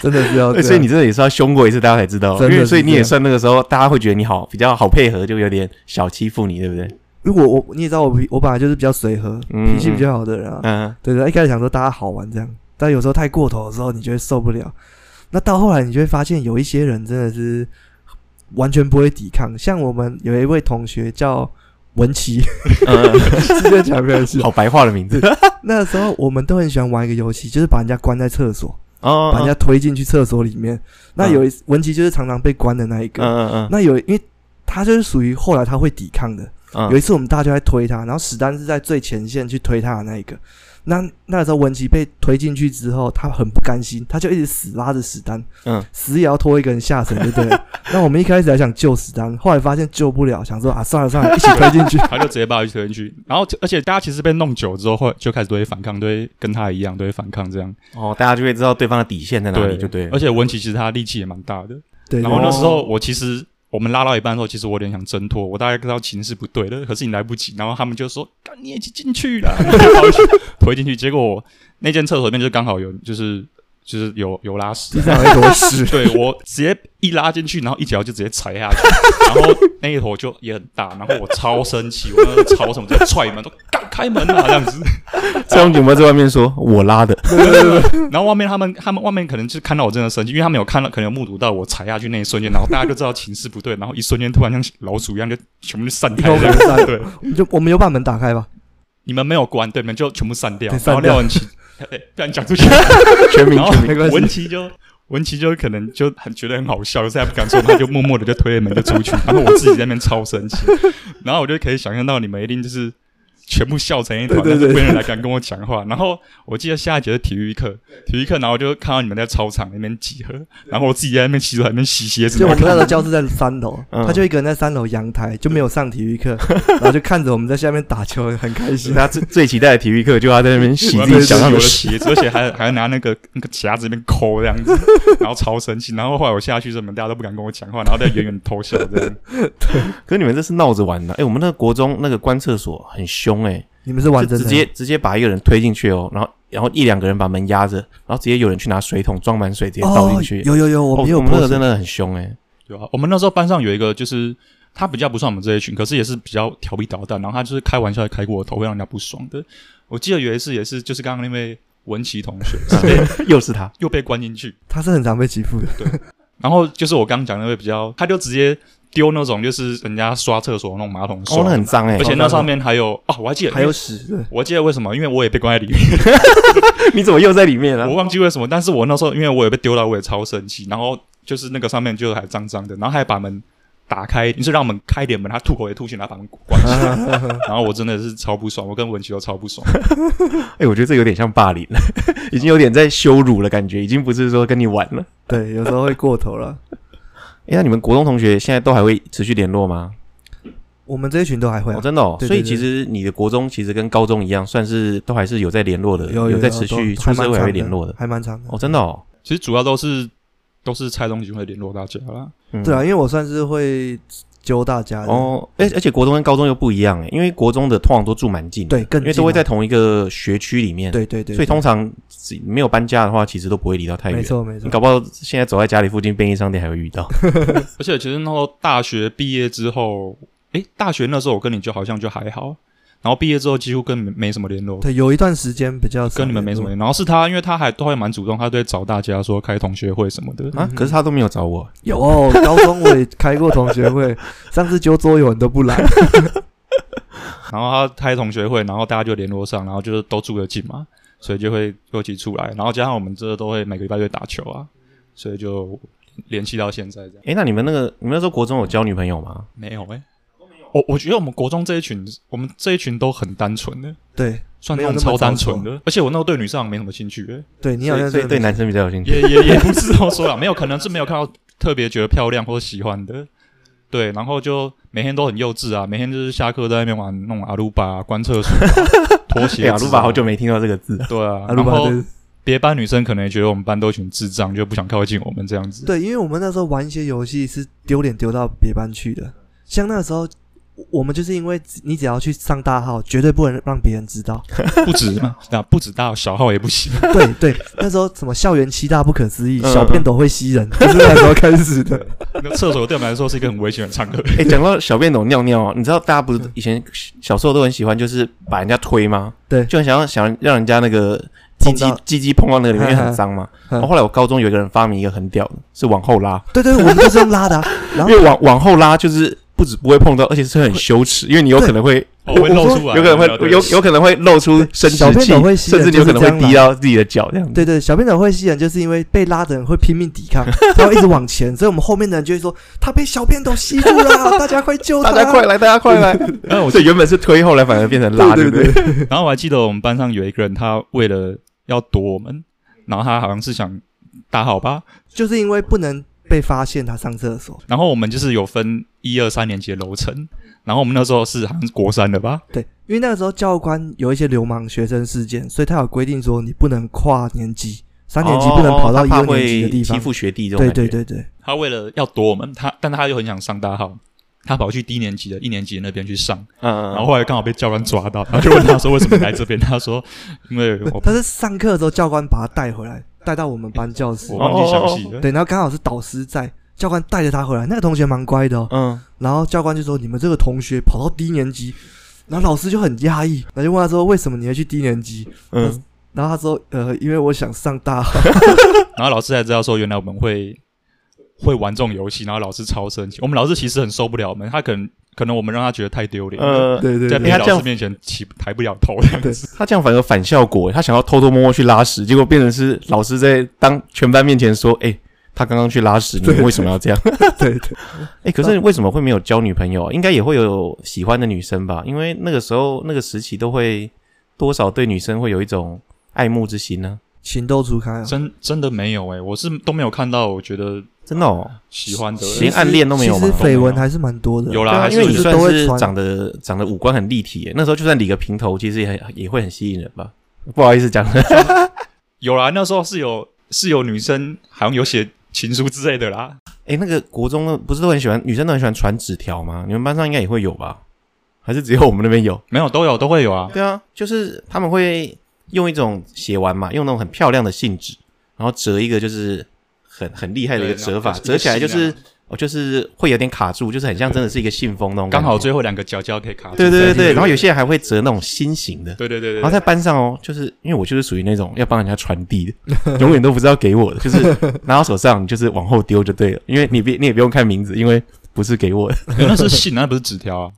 [SPEAKER 2] 真的
[SPEAKER 3] (laughs)
[SPEAKER 2] 是要这
[SPEAKER 1] 对，
[SPEAKER 2] 样，
[SPEAKER 1] 哎所以你这也是要凶过一次，大家才知道，哦因
[SPEAKER 2] 啊真的
[SPEAKER 1] 为
[SPEAKER 2] 是
[SPEAKER 1] 所以你
[SPEAKER 2] 这
[SPEAKER 1] 也
[SPEAKER 2] 样
[SPEAKER 1] 算那个时候，大家会觉得你好比较好配合，就有点小欺负你，对
[SPEAKER 2] 啊
[SPEAKER 1] 不对？
[SPEAKER 2] 如果我你也知道我脾我本来就是比较随和，
[SPEAKER 1] 嗯
[SPEAKER 2] 脾气比较好的人啊。
[SPEAKER 1] 嗯，
[SPEAKER 2] 对对，一开始想说大家好玩这样，但有时候太过头的时候，你就会受不了。那到后来，你就会发现有一些人真的是完全不会抵抗。像我们有一位同学叫文琪， (laughs)
[SPEAKER 1] 嗯，
[SPEAKER 2] 直接讲没关系。
[SPEAKER 1] 好白话的名字
[SPEAKER 2] 那时候我们都很喜欢玩一个游戏，就是把人家关在厕所，
[SPEAKER 1] 哦，
[SPEAKER 2] 把人家推进去厕所里面。那有一文琪就是常常被关的那一
[SPEAKER 1] 嗯
[SPEAKER 2] 个。
[SPEAKER 1] 嗯嗯
[SPEAKER 2] 那有因为他就是属于后来他会抵抗的，
[SPEAKER 1] 嗯，
[SPEAKER 2] 有一次我们大家就在推他，然后史丹是在最前线去推他的那一个。那那时候文琪被推进去之后，他很不甘心，他就一直死拉着史丹，
[SPEAKER 1] 嗯，
[SPEAKER 2] 死也要拖一个人下水，对不
[SPEAKER 1] (laughs)
[SPEAKER 2] 对了？那我们一开始还想救史丹，后来发现救不了，想说啊，算了算了，一起
[SPEAKER 1] (laughs)
[SPEAKER 2] 推进去。
[SPEAKER 3] 他就直接把我推进去，然后而且大家其实被弄久之后，会就开始都会反抗，都会跟他一样，都会反抗这样。
[SPEAKER 1] 哦，大家就会知道对方的底线在哪里，就对了
[SPEAKER 3] 而。且文琪其实他力气也蛮大的，
[SPEAKER 2] 对，
[SPEAKER 3] 然后那
[SPEAKER 2] 对
[SPEAKER 3] 时候我其实我们拉到一半的时候，其实我有点想挣脱，我大概知道情势不对了，可是你来不及，然后他们就说干你也进去了，然后就把我去 (laughs) 推进去，结果我那间厕所里面就刚好有就是就是有有拉屎，
[SPEAKER 2] 地。上有一坨屎
[SPEAKER 1] (laughs)
[SPEAKER 3] 对我直接一拉进去，然后一脚就直接踩下去， (laughs) 然后那一坨就也很大，然后我超生气，我那时候吵什么就踹门，都干开门啊这样子。
[SPEAKER 1] 蔡永景有在外面说：“我拉 (laughs) 的。
[SPEAKER 3] 然后外面他们他们外面可能就是看到我真的生气，因为他们有看到，可能有目睹到我踩下去那一瞬间，然后大家就知道情势不对，然后一瞬间突然像老鼠一样就全部就散开
[SPEAKER 2] 一
[SPEAKER 3] 这
[SPEAKER 2] 头
[SPEAKER 3] 样
[SPEAKER 2] 散
[SPEAKER 3] 子。对，
[SPEAKER 2] 我们就我们有把门打开吧。
[SPEAKER 3] 你们没有关，对，你们就全部散掉。
[SPEAKER 2] 对
[SPEAKER 3] 然后
[SPEAKER 2] 散掉
[SPEAKER 3] 廖文琪，哎不然讲出去，
[SPEAKER 1] 全民
[SPEAKER 3] 然后
[SPEAKER 1] 全民
[SPEAKER 2] 没关系
[SPEAKER 3] 文琪就。文琪就可能就很觉得很好笑，可是他不敢说，他就默
[SPEAKER 2] (laughs)
[SPEAKER 3] 默的就推了门就出去，然后我自己在那边超生气，然后我就可以想象到你们一定就是全部笑成一团，
[SPEAKER 2] 对对对
[SPEAKER 3] 但是没人来敢跟我讲话。然后我记得下一节是体育课，体育课，然后我就看到你们在操场那边集合，然后我自己在那边洗手，在那边洗鞋子，
[SPEAKER 2] 所以我
[SPEAKER 3] 然
[SPEAKER 2] 们
[SPEAKER 3] 后
[SPEAKER 2] 那时候教室在三楼，
[SPEAKER 1] 嗯
[SPEAKER 2] 他就一个人在三楼阳台，就没有上体育课，然后就看着我们在下面打球，很开
[SPEAKER 1] 是
[SPEAKER 2] 心。
[SPEAKER 1] 他最最期待的体育课，就他在那边洗
[SPEAKER 3] 我
[SPEAKER 1] 自己
[SPEAKER 3] 在
[SPEAKER 1] 脚
[SPEAKER 3] 那
[SPEAKER 1] 上
[SPEAKER 3] 边
[SPEAKER 1] 的
[SPEAKER 3] 洗
[SPEAKER 1] 屎。
[SPEAKER 3] 我的鞋子，而且还还拿那个那个夹子那边抠这样子，然后超生气。然后后来我下去之后，你们大家都不敢跟我讲话，然后在远远偷笑这样。
[SPEAKER 1] 可是你们这是闹着玩的、哎、我们那个国中那个关厕所很凶哎、
[SPEAKER 2] 你们是玩
[SPEAKER 1] 就
[SPEAKER 2] 真
[SPEAKER 1] 直
[SPEAKER 2] 的，
[SPEAKER 1] 接直接把一个人推进去哦，然后然后一两个人把门压着，然后直接有人去拿水桶装满水直接倒进
[SPEAKER 2] 哦，
[SPEAKER 1] 去。
[SPEAKER 2] 有有有，我
[SPEAKER 1] 哦
[SPEAKER 2] 们也有
[SPEAKER 1] 我们那
[SPEAKER 2] 破
[SPEAKER 1] 个
[SPEAKER 2] 水
[SPEAKER 1] 真的很凶哎、
[SPEAKER 3] 有啊，我们那时候班上有一个就是。他比较不算我们这一群，可是也是比较调皮捣蛋，然后他就是开玩笑也开过头，会让人家不爽的。我记得有一次也是，就是刚刚那位文琪同
[SPEAKER 1] (laughs)
[SPEAKER 3] 学是被
[SPEAKER 1] 又是他，
[SPEAKER 3] 又被关进去，
[SPEAKER 2] 他是很常被欺负
[SPEAKER 1] (laughs)
[SPEAKER 2] 的。
[SPEAKER 3] 然后就是我刚刚讲那位比较，他就直接丢那种就是人家刷厕所那种马桶刷，
[SPEAKER 1] 哦，那很脏哎、
[SPEAKER 3] 而且那上面还有啊，我还记得
[SPEAKER 2] 还有屎，对
[SPEAKER 3] 我记得为什么，因为我也被关在里面，
[SPEAKER 1] 你怎么又在里面了、
[SPEAKER 3] 我忘记为什么，但是我那时候因为我也被丢到，我也超生气，然后就是那个上面就还脏脏的，然后还把门打开，就是让我们开一点门，他吐口也吐进来，把门关起来，然后我真的是超不爽，我跟文琪都超不爽，
[SPEAKER 1] 哎、我觉得这有点像霸凌， (laughs) 已经有点在羞辱了，感觉已经不是说跟你玩了。
[SPEAKER 2] 对，有时候会过头了。
[SPEAKER 1] 哎、那你们国中同学现在都还会持续联络吗？
[SPEAKER 2] 我们这一群都还会啊
[SPEAKER 1] 哦，，真的哦。
[SPEAKER 2] 对对
[SPEAKER 1] 所以
[SPEAKER 2] 对
[SPEAKER 1] 其实你的国中其实跟高中一样，算是都还是有在联络的，
[SPEAKER 2] 有
[SPEAKER 1] 在持续
[SPEAKER 2] 都
[SPEAKER 1] 出
[SPEAKER 2] 还蛮嗯
[SPEAKER 1] 社会还
[SPEAKER 2] 长
[SPEAKER 1] 会联络的。
[SPEAKER 2] 还蛮长的。
[SPEAKER 1] 哦，真的哦。
[SPEAKER 3] 其实主要都是都是蔡东军会联络大家啦，
[SPEAKER 1] 嗯
[SPEAKER 2] 对啊，因为我算是会揪大家的。
[SPEAKER 1] 哦，而而且国中跟高中又不一样哎，因为国中的通常都住蛮近的，
[SPEAKER 2] 对，更
[SPEAKER 1] 因为
[SPEAKER 2] 近
[SPEAKER 1] 都会
[SPEAKER 2] 嘛
[SPEAKER 1] 在同一个学区里面，，
[SPEAKER 2] 对对对，
[SPEAKER 1] 所以通常只没有搬家的话，其实都不会离到太
[SPEAKER 2] 没
[SPEAKER 1] 远。
[SPEAKER 2] 错没错
[SPEAKER 1] 你，搞不好现在走在家里附近便利商店还会遇
[SPEAKER 2] (laughs)
[SPEAKER 1] 到。
[SPEAKER 3] 而且其实那时候大学毕业之后，诶，大学那时候我跟你就好像就还好，然后毕业之后几乎跟你们没什么联络，
[SPEAKER 2] 对，有一段时间比较少
[SPEAKER 3] 跟你们没什么
[SPEAKER 2] 联
[SPEAKER 3] 联络。然后是他，因为他还都会蛮主动，他都会找大家说开同学会什么的。
[SPEAKER 1] 啊
[SPEAKER 2] 嗯，
[SPEAKER 1] 可是他都没有找我，
[SPEAKER 2] 络。有哦，高中我也开过同学会，上次揪桌游你都不来，
[SPEAKER 3] 然后他开同学会，然后大家就联络上，然后就是都住得近嘛，所以就会就一起出来。然后加上我们这都会每个礼拜就打球啊，所以就联系到现在这样。
[SPEAKER 1] 哎，那你们那个你们那时候国中有交女朋友吗？
[SPEAKER 3] 没有诶、我我觉得我们国中这一群，我们这一群都很单纯的，
[SPEAKER 2] 对
[SPEAKER 3] 算
[SPEAKER 2] 没有
[SPEAKER 3] 那种
[SPEAKER 2] 那么
[SPEAKER 3] 超单
[SPEAKER 2] 早熟
[SPEAKER 3] 纯的。而且我那时候对女生好像没什么兴趣、欸，
[SPEAKER 2] 对，你好
[SPEAKER 1] 所以
[SPEAKER 2] 像
[SPEAKER 1] 所以
[SPEAKER 2] 真的
[SPEAKER 1] 对
[SPEAKER 2] 没
[SPEAKER 1] 男生比较有
[SPEAKER 2] (laughs)
[SPEAKER 1] 兴趣。
[SPEAKER 3] 也也也不是这么说啦，没有，可能是没有看到特别觉得漂亮或喜欢的。对，然后就每天都很幼稚啊，每天就是下课在那边玩那种阿鲁巴、关厕所、拖鞋、啊
[SPEAKER 1] 哎呀，鲁巴好久。没听到这个字了，
[SPEAKER 3] 对啊，
[SPEAKER 2] 阿鲁
[SPEAKER 3] 然
[SPEAKER 2] 巴
[SPEAKER 3] 后
[SPEAKER 2] 对
[SPEAKER 3] 别班女生可能也觉得我们班都一群智障，就不想靠近我们这样 (laughs) 子。
[SPEAKER 2] 对，因为我们那时候玩一些游戏是丢脸丢到别班去的，像那时候。我们就是因为你只要去上大号，绝对不能让别人知道。 (laughs)
[SPEAKER 3] 不止嘛，那不止大小号也不行。 (laughs)
[SPEAKER 2] 对对，那时候什么校园七大不可思议，
[SPEAKER 1] 嗯
[SPEAKER 2] 小便斗会吸人， (laughs) 就是那时候开始的。
[SPEAKER 3] 那厕所对我们来说是一个很危险的场合。
[SPEAKER 1] 哎、讲到小便斗尿尿啊，你知道大家不是以前小时候都很喜欢，就是把人家推吗？
[SPEAKER 2] 对
[SPEAKER 1] 就很想要想让人家那个鸡鸡
[SPEAKER 2] 碰到
[SPEAKER 1] 鸡鸡碰到那个里面因为很脏
[SPEAKER 2] (laughs)
[SPEAKER 1] 嘛。
[SPEAKER 2] 嗯
[SPEAKER 1] 然后后来我高中有一个人发明一个很屌的，是往后拉，
[SPEAKER 2] 对对，我们就是用拉 (laughs) 的啊、然
[SPEAKER 1] 因
[SPEAKER 2] 后
[SPEAKER 1] 为往往后拉就是不止不会碰到，而且是很羞耻，因为你有可能
[SPEAKER 2] (laughs)
[SPEAKER 1] 会
[SPEAKER 3] 哦，会露出来，
[SPEAKER 1] 有可能会
[SPEAKER 3] 对
[SPEAKER 1] 有有可能会露出生
[SPEAKER 2] 小
[SPEAKER 1] 殖
[SPEAKER 2] 便
[SPEAKER 1] 器
[SPEAKER 2] 斗会，吸
[SPEAKER 1] 甚至
[SPEAKER 2] 人
[SPEAKER 1] 你有可能会
[SPEAKER 2] 就是这样啦啊
[SPEAKER 1] 滴到自己的脚这样子。
[SPEAKER 2] 对对，小便斗会吸人，就是因为被拉的人会拼命抵 (laughs) 抗，他会一直往前，所以我们后面的人就会说他被小便斗吸住 (laughs) 了，大家快救他！
[SPEAKER 1] 大家快来，大家快
[SPEAKER 2] (laughs)
[SPEAKER 1] 来！
[SPEAKER 3] (laughs) 哎我
[SPEAKER 1] 这原本是推，后来反而变成拉，
[SPEAKER 2] 对
[SPEAKER 1] 不
[SPEAKER 2] 对
[SPEAKER 1] 对？
[SPEAKER 3] (laughs) 然后我还记得我们班上有一个人，他为了要躲我们，然后他好像是想打好吧，
[SPEAKER 2] 就是因为不能被发现他上厕所，
[SPEAKER 3] 然后我们就是有分一二三年级的楼层，然后我们那时候是好像是国三的吧，
[SPEAKER 2] 对，因为那个时候教官有一些流氓学生事件，所以他有规定说你不能跨年级，三年级不能跑到
[SPEAKER 1] 哦
[SPEAKER 2] 一
[SPEAKER 1] 他
[SPEAKER 2] 二
[SPEAKER 1] 怕会
[SPEAKER 2] 年级的地
[SPEAKER 1] 欺
[SPEAKER 2] 方。
[SPEAKER 1] 负学弟这种
[SPEAKER 2] 对
[SPEAKER 1] 感觉
[SPEAKER 2] 对对对，
[SPEAKER 3] 他为了要躲我们，他但他又很想上大号，他跑去低年级的一年级那边去上，
[SPEAKER 1] 嗯，
[SPEAKER 3] 然
[SPEAKER 1] 然
[SPEAKER 3] 后
[SPEAKER 1] 后
[SPEAKER 3] 后来刚好被教官抓到，然后就问他说为什么来这边，他说因为我
[SPEAKER 2] 他是上课的时候教官把他带回来，带到我们班教室
[SPEAKER 3] 我，忘记详细了，
[SPEAKER 2] 哦对，然后刚好是导师在，教官带着他回来，那个同学蛮乖的哦。
[SPEAKER 1] 嗯，
[SPEAKER 2] 然后教官就说：“你们这个同学跑到低年级。”然后老师就很压抑，然后就问他说：“为什么你会去低年级
[SPEAKER 1] 嗯，？”
[SPEAKER 2] 然后他说：“呃，因为我想上大号。
[SPEAKER 3] 然后老师才知道说原来我们会会玩这种游戏，然后老师超生气，我们老师其实很受不了我们，他可能可能我们让他觉得太丢脸了。
[SPEAKER 1] 呃，
[SPEAKER 2] 对对
[SPEAKER 3] 在
[SPEAKER 2] 对
[SPEAKER 3] 别
[SPEAKER 1] 他
[SPEAKER 3] 的
[SPEAKER 1] 这样
[SPEAKER 3] 老师面前起抬不了头这样子，
[SPEAKER 1] 他这样反而反效果，他想要偷偷摸摸去拉屎，结果变成是老师在当全班面前说：“哎、他刚刚去拉屎，你
[SPEAKER 2] 对
[SPEAKER 1] 为什么要这样？
[SPEAKER 2] 对对，
[SPEAKER 1] (laughs) 哎、可是为什么会没有交女朋友、啊？应该也会有喜欢的女生吧？因为那个时候那个时期都会多少对女生会有一种爱慕之心呢、
[SPEAKER 2] 情窦初开啊，
[SPEAKER 3] 真真的没有哎、我是都没有看到，我觉得
[SPEAKER 1] 真的哦，
[SPEAKER 3] 喜欢的
[SPEAKER 1] 其
[SPEAKER 2] 其
[SPEAKER 1] 连
[SPEAKER 2] 实
[SPEAKER 1] 暗恋都没有
[SPEAKER 2] 其
[SPEAKER 1] 吗
[SPEAKER 2] 实绯闻还是蛮多的，
[SPEAKER 3] 有
[SPEAKER 1] 对
[SPEAKER 3] 啦，
[SPEAKER 1] 啊，
[SPEAKER 3] 还
[SPEAKER 1] 因
[SPEAKER 3] 是
[SPEAKER 1] 为
[SPEAKER 3] 有
[SPEAKER 1] 你
[SPEAKER 2] 就是
[SPEAKER 1] 算
[SPEAKER 2] 都会
[SPEAKER 1] 是
[SPEAKER 2] 传
[SPEAKER 1] 长得长得五官很立体耶，那时候就算理个平头，其实也很也会很吸引人吧。不好意思讲，
[SPEAKER 3] 有啦，那时候是有是有女生好像有写情书之类的啦，
[SPEAKER 1] 哎、那个国中的不是都很喜欢女生都很喜欢传纸条吗？你们班上应该也会有吧？还是只有我们那
[SPEAKER 3] (laughs)
[SPEAKER 1] 边有？
[SPEAKER 3] 没有都有都会有啊。
[SPEAKER 1] 对啊，就是他们会用一种写完嘛，用那种很漂亮的信纸，然后折一个就是很很厉害的一个折法，
[SPEAKER 3] 对
[SPEAKER 1] 折起来就是
[SPEAKER 3] 信啊
[SPEAKER 1] 哦，就是会有点卡住，就是很像真的是一个信封那种感
[SPEAKER 3] 刚
[SPEAKER 1] 觉。
[SPEAKER 3] 好最后两个角角可以卡住。
[SPEAKER 1] 对对对对，然后有
[SPEAKER 3] 有
[SPEAKER 1] 些人还会折那种心形的。
[SPEAKER 3] 对对对对，
[SPEAKER 1] 然后在班上哦，就是因为我就是属于那种要帮人家传递的，永远都不知道给我的，就是拿到手上你就是往后丢就对了，因为你别你也不用看名字，因为不是给我的。
[SPEAKER 3] 没有那是信啊，那不是纸条啊。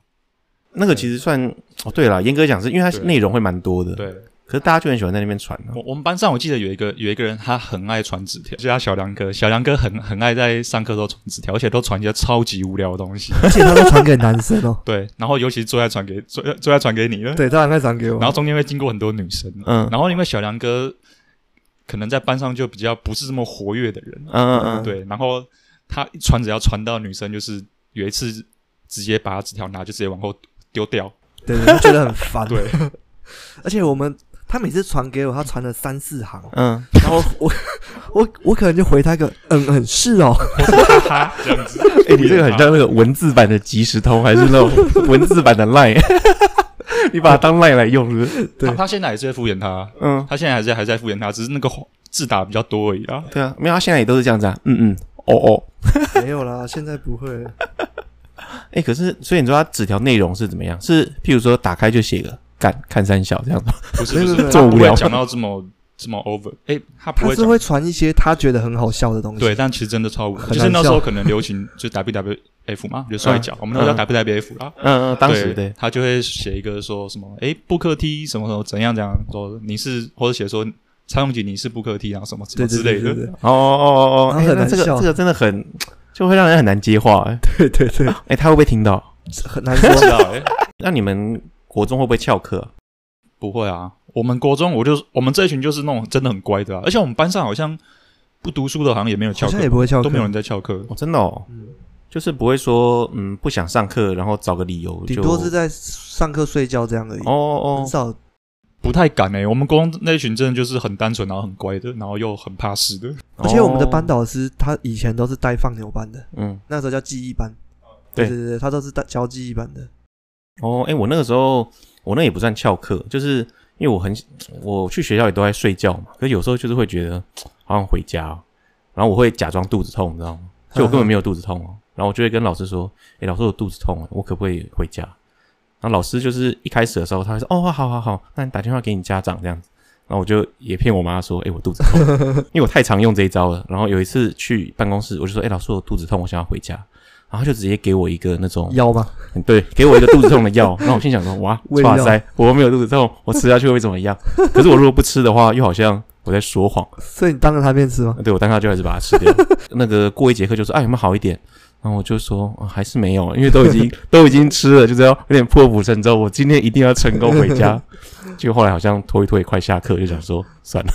[SPEAKER 1] 那个其实算哦，对了，严格讲是因为它
[SPEAKER 3] 对
[SPEAKER 1] 内容会蛮多的，
[SPEAKER 3] 对，
[SPEAKER 1] 可是大家就很喜欢在那边传啊、
[SPEAKER 3] 我我们班上我记得有一个有一个人，他很爱传纸条，就叫小梁哥。小梁哥很很爱在上课的时候传纸条，而且都传一些超级无聊的
[SPEAKER 1] (laughs)
[SPEAKER 3] 东西。，
[SPEAKER 2] 而且他都传给男生哦
[SPEAKER 3] (laughs) 对，然后尤其是最爱传给最最爱传给你了。
[SPEAKER 2] 对，他很爱传给我，
[SPEAKER 3] 然后中间会经过很多女生，
[SPEAKER 1] 嗯
[SPEAKER 3] 然后因为小梁哥可能在班上就比较不是这么活跃的人，
[SPEAKER 1] 嗯嗯嗯，
[SPEAKER 3] 对，然后他一传只要传到女生，就是有一次直接把他纸条拿就直接往后丢掉，
[SPEAKER 2] 对对，就觉得很烦，
[SPEAKER 3] 对，
[SPEAKER 2] (laughs) 而且我们他每次传给我，他传了三四行，
[SPEAKER 1] 嗯，
[SPEAKER 2] 然后我我我可能就回他一个嗯嗯是
[SPEAKER 3] (laughs)
[SPEAKER 2] 哦，
[SPEAKER 3] 哈哈，这样子。
[SPEAKER 1] (laughs) 哎、你这个很像那个文字版的即时通，还是那种文字版的 Line，你把它当 Line 来用是不是？
[SPEAKER 2] 对
[SPEAKER 3] 他他现在还是在敷衍他，
[SPEAKER 1] 嗯，
[SPEAKER 3] 他现在还是还是在敷衍他，只是那个字打比较多而已啊。
[SPEAKER 1] 对啊，没有，他现在也都是这样子啊，嗯嗯，哦哦，
[SPEAKER 2] 没有啦，现在不会了，
[SPEAKER 1] 哎、可是所以你说他纸条内容是怎么样？是譬如说打开就写个干看三小这样子吗，
[SPEAKER 3] 不是
[SPEAKER 2] 没
[SPEAKER 3] 不
[SPEAKER 2] 有没，有
[SPEAKER 3] 是
[SPEAKER 1] 这么
[SPEAKER 3] 他不
[SPEAKER 1] 无
[SPEAKER 3] 会
[SPEAKER 1] 聊
[SPEAKER 3] 讲到这么这么 over，哎，他不
[SPEAKER 2] 他
[SPEAKER 3] 会
[SPEAKER 2] 是
[SPEAKER 3] 讲。
[SPEAKER 2] 会传一些他觉得很好笑的东西，
[SPEAKER 3] 对，但其实真的超无聊，
[SPEAKER 2] 很
[SPEAKER 3] 就是
[SPEAKER 2] 难
[SPEAKER 3] 那时候
[SPEAKER 2] 笑嗯
[SPEAKER 3] 可能流行就
[SPEAKER 2] (laughs)
[SPEAKER 3] WWF 嘛，就摔跤，我们那时候叫 WWF 啦，
[SPEAKER 1] 嗯 (laughs) 嗯，当时对，
[SPEAKER 3] 啊他就会写一个说什么，哎，布克 T 什么什么怎样怎样，说你是或者写说蔡永吉你是布克 T 啊什么什
[SPEAKER 2] 对
[SPEAKER 3] 么之
[SPEAKER 2] 对
[SPEAKER 3] 类
[SPEAKER 2] 对对
[SPEAKER 3] 的，
[SPEAKER 2] 对
[SPEAKER 1] 哦哦哦哦，
[SPEAKER 2] 然后
[SPEAKER 1] 哎、
[SPEAKER 2] 很
[SPEAKER 1] 那
[SPEAKER 2] 难
[SPEAKER 1] 这个
[SPEAKER 2] 笑
[SPEAKER 1] 这个真的很就会让人很难接话、 (laughs) 哎
[SPEAKER 2] 对对对，
[SPEAKER 1] 哎、他会不会听到？
[SPEAKER 2] 很难
[SPEAKER 3] (laughs)
[SPEAKER 2] 说
[SPEAKER 3] 不，知道哎，
[SPEAKER 1] 那你们国中会不会翘课啊？
[SPEAKER 3] 不会啊，我们国中我就我们这一群就是那种真的很乖的、啊，而且我们班上好像不读书的，好像也没有翘
[SPEAKER 2] 好
[SPEAKER 3] 课
[SPEAKER 2] 像也，不会翘课
[SPEAKER 3] 都没有人在翘课。
[SPEAKER 1] 哦，真的哦，
[SPEAKER 2] 嗯
[SPEAKER 1] 就是不会说嗯不想上课，然后找个理由就，
[SPEAKER 2] 顶多是在上课睡觉这样而已，
[SPEAKER 1] 哦
[SPEAKER 2] 很
[SPEAKER 1] 哦，
[SPEAKER 2] 少
[SPEAKER 3] 不太敢哎、我们国中那一群真的就是很单纯，然后很乖的，然后又很怕事的。
[SPEAKER 2] 而且我们的班
[SPEAKER 1] 导，
[SPEAKER 2] 导师他以前都是带放牛班的，
[SPEAKER 1] 嗯，
[SPEAKER 2] 那时候叫记忆班。
[SPEAKER 1] 对
[SPEAKER 2] 对对，他都是带教记忆班的。
[SPEAKER 1] 哦，哎、我那个时候我那也不算翘课，就是因为我很我去学校也都在睡觉嘛，可是有时候就是会觉得好想回家哦、然后我会假装肚子痛，你知道吗？就我根本没有肚子痛哦，然后我就会跟老师说，哎、老师我肚子痛，我可不可以回家？然后老师就是一开始的时候，他会说，哦，好好好，那你打电话给你家长这样子。然后我就也骗我妈说，哎、我肚子痛， (laughs) 因为我太常用这一招了。然后有一次去办公室，我就说，哎、老师我肚子痛，我想要回家。然后他就直接给我一个那种
[SPEAKER 2] 腰嘛，
[SPEAKER 1] 嗯对，给我一个肚子痛的 (laughs) 药，然后我心想说，哇，
[SPEAKER 2] 胃
[SPEAKER 1] 哇
[SPEAKER 2] 药
[SPEAKER 1] 塞，我又没有肚子痛，我吃下去会怎么样？ (laughs) 可是我如果不吃的话，又好像我在说谎。
[SPEAKER 2] 所以你当着他面吃吗？
[SPEAKER 1] 对我当下就还是把它吃掉。 (laughs) 那个过一节课就说，哎，有没有好一点？然后我就说、啊还是没有，因为都已经 (laughs) 都已经吃了，就知道有点破釜沉舟。我今天一定要成功回 (laughs) 家。就后来好像拖一拖也快下课，就想说算了。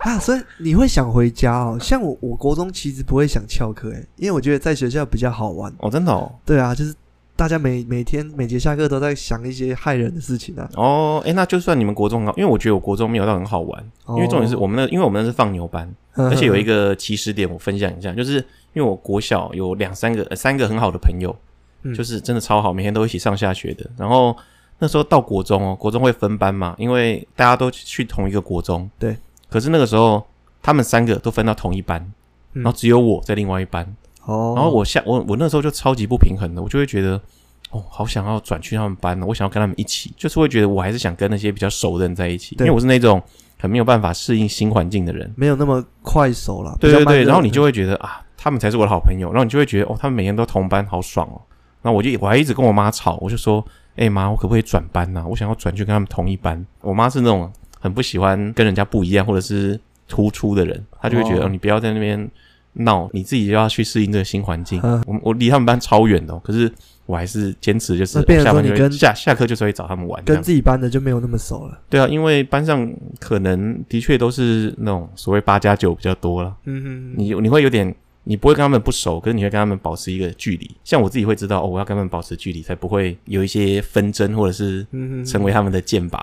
[SPEAKER 2] 啊，所以你会想回家哦。像我，我国中其实不会想翘课，诶，因为我觉得在学校比较好玩。
[SPEAKER 1] 哦，真的哦，
[SPEAKER 2] 对啊，就是大家每每天每节下课都在想一些害人的事情啊。
[SPEAKER 1] 哦，哎，那就算你们国中很好，因为我觉得我国中没有到很好玩，因为重点是我们那，因为我们那是放牛班，
[SPEAKER 2] 哦， (laughs)
[SPEAKER 1] 而且有 (laughs) 一
[SPEAKER 2] 个
[SPEAKER 1] 个起始点，我分享一下，就是因为我国小有两三个、呃三个很好的朋友，
[SPEAKER 2] 嗯
[SPEAKER 1] 就是真的超好，每天都一起上下学的。然后那时候到国中哦，国中会分班嘛，因为大家都去同一个国中。
[SPEAKER 2] 对。
[SPEAKER 1] 可是那个时候，他们三个都分到同一班，
[SPEAKER 2] 嗯
[SPEAKER 1] 然后只有我在另外一班。
[SPEAKER 2] 哦，
[SPEAKER 1] 然后我下我我那时候就超级不平衡的，我就会觉得。哦，好想要转去他们班哦，我想要跟他们一起，就是会觉得我还是想跟那些比较熟的人在一起，因
[SPEAKER 2] 对
[SPEAKER 1] 为我是那种很没有办法适应新环境的人。
[SPEAKER 2] 没有那么快手啦。
[SPEAKER 1] 对
[SPEAKER 2] 比较
[SPEAKER 1] 对
[SPEAKER 2] 慢
[SPEAKER 1] 对，
[SPEAKER 2] 热
[SPEAKER 1] 然后你就会觉得啊，他们才是我的好朋友，然后你就会觉得哦，他们每天都同班，好爽哦。那我就我还一直跟我妈吵，我就说，哎、妈，我可不可以转班啊呐、我想要转去跟他们同一班。我妈是那种很不喜欢跟人家不一样或者是突出的人，她就会觉得、
[SPEAKER 2] 哦
[SPEAKER 1] 哦、你不要在那边闹，你自己就要去适应这个新环境。
[SPEAKER 2] 嗯
[SPEAKER 1] 我我离他们班超远的、哦，可是我还是坚持，就是哦
[SPEAKER 2] 那变成
[SPEAKER 1] 下班
[SPEAKER 2] 说
[SPEAKER 1] 就
[SPEAKER 2] 你
[SPEAKER 1] 会
[SPEAKER 2] 跟
[SPEAKER 1] 下下课就是会找他们玩这
[SPEAKER 2] 跟
[SPEAKER 1] 样。
[SPEAKER 2] 自己班的就没有那么熟了。
[SPEAKER 1] 对啊，因为班上可能的确都是那种所谓八加九比较多了，
[SPEAKER 2] 嗯哼，
[SPEAKER 1] 你你会有点。你不会跟他们不熟，可是你会跟他们保持一个距离。像我自己会知道，哦，我要跟他们保持距离，才不会有一些纷争，或者是
[SPEAKER 2] 嗯
[SPEAKER 1] 成
[SPEAKER 2] 哼，
[SPEAKER 1] 为他们的箭靶。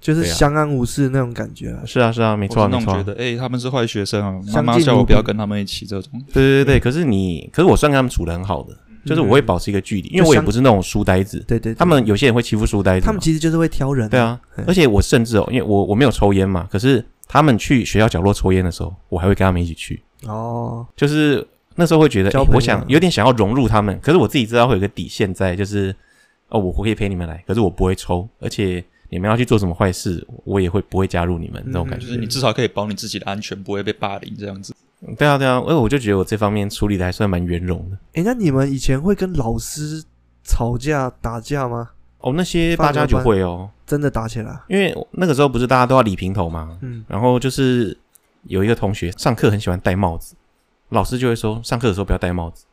[SPEAKER 2] 就是
[SPEAKER 1] 对啊
[SPEAKER 2] 相安无事那种感觉啊。
[SPEAKER 1] 是啊，是啊，没
[SPEAKER 3] 我
[SPEAKER 1] 错啊、
[SPEAKER 3] 是那
[SPEAKER 1] 没错
[SPEAKER 3] 种
[SPEAKER 1] 啊、
[SPEAKER 3] 觉得，哎、他们是坏学生啊，妈
[SPEAKER 2] 相
[SPEAKER 3] 妈
[SPEAKER 2] 敬
[SPEAKER 3] 叫
[SPEAKER 2] 如
[SPEAKER 3] 我不要
[SPEAKER 2] 宾
[SPEAKER 3] 跟他们一起这种。
[SPEAKER 1] 对对对，可是你，可是我算跟他们处的很好的，就是我会保持一个距离，因为
[SPEAKER 2] 嗯就
[SPEAKER 1] 我也
[SPEAKER 2] 相
[SPEAKER 1] 不是那种书呆子。
[SPEAKER 2] 对对，对
[SPEAKER 1] 他们有些人会欺负书呆子嘛，
[SPEAKER 2] 他们其实就是会挑人。
[SPEAKER 1] 对，啊
[SPEAKER 2] 嗯，
[SPEAKER 1] 而且我甚至哦，因为我我没有抽烟嘛，可是他们去学校角落抽烟的时候，我还会跟他们一起去，
[SPEAKER 2] 哦，
[SPEAKER 1] 就是那时候会觉得，
[SPEAKER 2] 交
[SPEAKER 1] 诶
[SPEAKER 2] 朋友
[SPEAKER 1] 我想有点想要融入他们，可是我自己知道会有个底线在，就是哦，我可以陪你们来，可是我不会抽，而且你们要去做什么坏事，我也会不会加入你
[SPEAKER 2] 嗯
[SPEAKER 1] 们这种感
[SPEAKER 3] 就
[SPEAKER 1] 觉。
[SPEAKER 3] 是你至少可以保你自己的安全，不会被霸凌这样子。
[SPEAKER 2] 嗯
[SPEAKER 1] 对啊，对啊，因为我就觉得我这方面处理的还算蛮圆融的。
[SPEAKER 2] 哎，那你们以前会跟老师吵架打架吗？
[SPEAKER 1] 哦，那些
[SPEAKER 2] 放
[SPEAKER 1] 八
[SPEAKER 2] 牛
[SPEAKER 1] 加九
[SPEAKER 2] 班
[SPEAKER 1] 会哦，
[SPEAKER 2] 真的打起来啊？
[SPEAKER 1] 因为那个时候不是大家都要理平头嘛，
[SPEAKER 2] 嗯，
[SPEAKER 1] 然后就是有一个同学上课很喜欢戴帽子，老师就会说上课的时候不要戴帽子，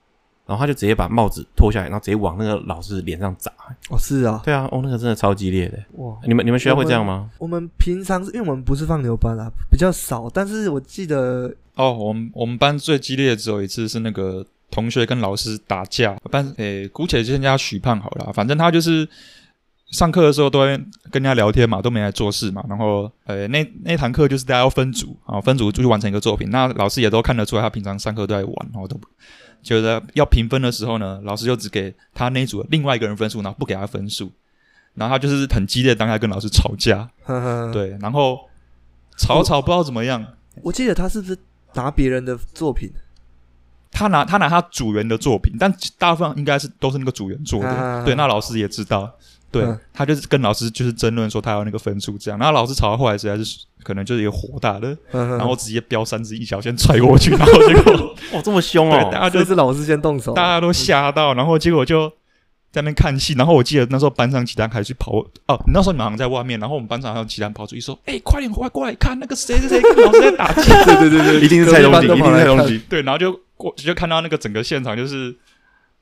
[SPEAKER 1] 然后他就直接把帽子脱下来，然后直接往那个老师脸上砸。
[SPEAKER 2] 哦，是啊，
[SPEAKER 1] 对啊，哦，那个真的超激烈的。
[SPEAKER 2] 哇，
[SPEAKER 1] 你们你们学校会这样吗？
[SPEAKER 2] 我们平常是因为我们不是放牛班啊，比较少，但是我记得
[SPEAKER 3] 哦，我们我们班最激烈的只有一次是那个同学跟老师打架，班诶、姑且就先叫他许胖好了，反正他就是上课的时候都会跟人家聊天嘛，都没来做事嘛，然后呃那那堂课就是大家要分组啊，分组出去完成一个作品，那老师也都看得出来他平常上课都在玩，然后都不觉得要评分的时候呢，老师就只给他那一组的另外一个人分数，然后不给他分数，然后他就是很激烈，当下跟老师吵架，
[SPEAKER 2] 呵呵，
[SPEAKER 3] 对，然后吵吵不知道怎么样。
[SPEAKER 2] 我记得他是不是拿别人的作品？
[SPEAKER 3] 他拿他拿他主人的作品，但大部分应该是都是那个主人做的。
[SPEAKER 2] 啊
[SPEAKER 3] 对，那老师也知道，对、
[SPEAKER 2] 嗯
[SPEAKER 3] 他就是跟老师就是争论说他要那个分数这样，然后老师吵到后来实在是可能就是一个火大的，
[SPEAKER 2] 然
[SPEAKER 3] 然后直接飙三支一小先踹过去，然
[SPEAKER 2] (laughs)
[SPEAKER 3] 后结果
[SPEAKER 1] 哦，这么凶
[SPEAKER 3] 对大
[SPEAKER 1] 哦！
[SPEAKER 3] 家
[SPEAKER 2] 这
[SPEAKER 3] 就是
[SPEAKER 2] 老师先动手，
[SPEAKER 3] 大家都吓到，然后结果就。在那边看戏，然后我记得那时候班上其他还去跑哦，那时候你们好像在外面，然后我们班上还有其他人跑出去说：“哎、快点快过来看那个谁谁谁跟老师在打架。”
[SPEAKER 1] 对对对对，一定是蔡
[SPEAKER 2] 隔壁
[SPEAKER 1] 东锦，一
[SPEAKER 2] 班都
[SPEAKER 1] 定是蔡
[SPEAKER 2] 跑来
[SPEAKER 1] 东
[SPEAKER 2] 看
[SPEAKER 1] 锦。
[SPEAKER 3] 对，然后就过就看到那个整个现场就是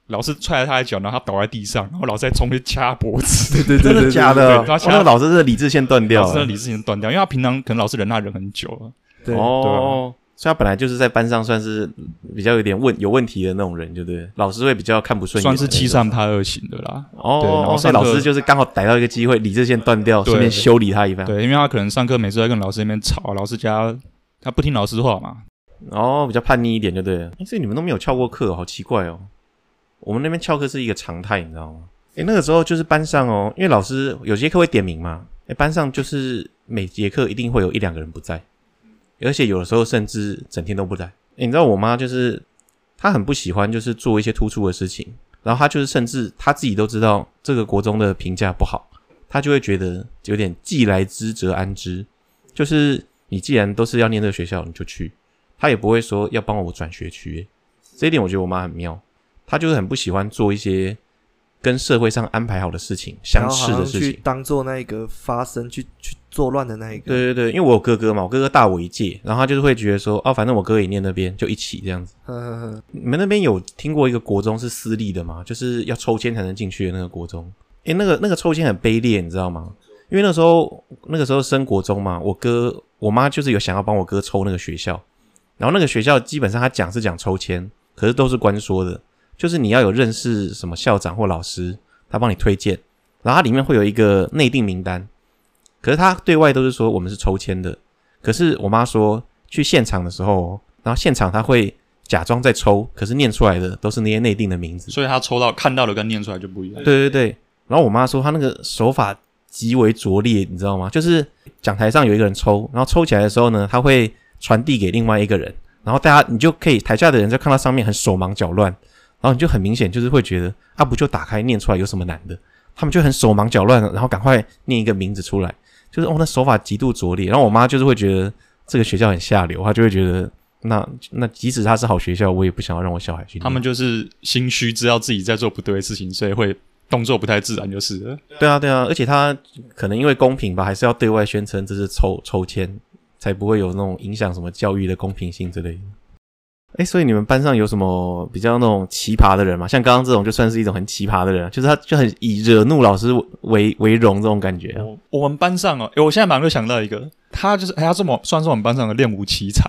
[SPEAKER 3] 老师踹了他一脚，然后他倒在地上，然后老师再冲去掐他脖
[SPEAKER 2] (laughs)
[SPEAKER 3] 子，
[SPEAKER 2] 对对
[SPEAKER 1] 真
[SPEAKER 2] 对
[SPEAKER 1] 的
[SPEAKER 2] 对
[SPEAKER 1] 假
[SPEAKER 3] 对
[SPEAKER 1] 的？
[SPEAKER 3] 对
[SPEAKER 1] 哦
[SPEAKER 3] 对他掐
[SPEAKER 1] 那个老师的理智线断掉
[SPEAKER 3] 老师的
[SPEAKER 1] 了。
[SPEAKER 3] 理智已经断掉，因为他平常可能老师忍他忍很久了。
[SPEAKER 2] 对，
[SPEAKER 3] 啊
[SPEAKER 1] 哦，所以他本来就是在班上算是比较有点问有问题的那种人，对不对？老师会比较看不顺眼，
[SPEAKER 3] 算是欺善怕恶型的啦。
[SPEAKER 1] 哦，
[SPEAKER 3] 对然后
[SPEAKER 1] 哦所以
[SPEAKER 3] 上
[SPEAKER 1] 老
[SPEAKER 3] 课
[SPEAKER 1] 师就是刚好逮到一个机会，理智线断掉，
[SPEAKER 3] 对
[SPEAKER 1] 顺便修理他一番。
[SPEAKER 3] 对，因为他可能上课每次在跟老师那边吵，老师家他不听老师话嘛。
[SPEAKER 1] 哦，比较叛逆一点就对了。诶所以你们都没有翘过课，好奇怪哦。我们那边翘课是一个常态，你知道吗？诶，那个时候就是班上哦，因为老师有节课会点名嘛，诶，班上就是每节课一定会有一两个人不在，而且有的时候甚至整天都不在。诶你知道我妈就是她很不喜欢就是做一些突出的事情，然后她就是甚至她自己都知道这个国中的评价不好，她就会觉得有点既来之则安之，就是你既然都是要念这个学校，你就去。他也不会说要帮我转学区、欸这一点我觉得我妈很妙，她就是很不喜欢做一些跟社会上安排好的事情
[SPEAKER 2] 然
[SPEAKER 1] 相
[SPEAKER 2] 后
[SPEAKER 1] 似
[SPEAKER 2] 好
[SPEAKER 1] 的
[SPEAKER 2] 像
[SPEAKER 1] 事
[SPEAKER 2] 去
[SPEAKER 1] 情。
[SPEAKER 2] 当做那一个发声去去作乱的那一个，
[SPEAKER 1] 对对对，因为我有哥哥嘛，我哥哥大我一届，然后他就是会觉得说，哦，反正我哥也念那边，就一起这样子。
[SPEAKER 2] 呵呵呵，
[SPEAKER 1] 你们那边有听过一个国中是私立的吗？就是要抽签才能进去的那个国中？诶，那个那个抽签很卑劣，你知道吗？因为那时候那个时候升国中嘛，我哥我妈就是有想要帮我哥抽那个学校，然后那个学校基本上他讲是讲抽签，可是都是官说的，就是你要有认识什么校长或老师，他帮你推荐，然后它里面会有一个内定名单，可是他对外都是说我们是抽签的，可是我妈说去现场的时候哦，然后现场他会假装在抽，可是念出来的都是那些内定的名字。
[SPEAKER 3] 所以他抽到看到的跟念出来就不一样。
[SPEAKER 1] 对对对，然后我妈说她那个手法极为拙劣，你知道吗？就是讲台上有一个人抽，然后抽起来的时候呢，他会传递给另外一个人，然后大家你就可以台下的人就看到上面很手忙脚乱，然后你就很明显就是会觉得啊，不就打开念出来有什么难的？他们就很手忙脚乱，然后赶快念一个名字出来，就是哦，那手法极度拙劣。然后我妈就是会觉得这个学校很下流，她就会觉得那那即使它是好学校，我也不想要让我小孩去念。
[SPEAKER 3] 他们就是心虚，知道自己在做不对的事情，所以会动作不太自然，就是了。
[SPEAKER 1] 对啊，对啊，而且他可能因为公平吧，还是要对外宣称这是抽抽签，才不会有那种影响什么教育的公平性之类的。哎，所以你们班上有什么比较那种奇葩的人吗？像刚刚这种就算是一种很奇葩的人啊，就是他就很以惹怒老师为为荣这种感觉啊。
[SPEAKER 3] 我我们班上哦，诶我现在马上就想到一个，他就是哎，他是我算是我们班上的练武
[SPEAKER 2] (laughs)
[SPEAKER 3] 奇才。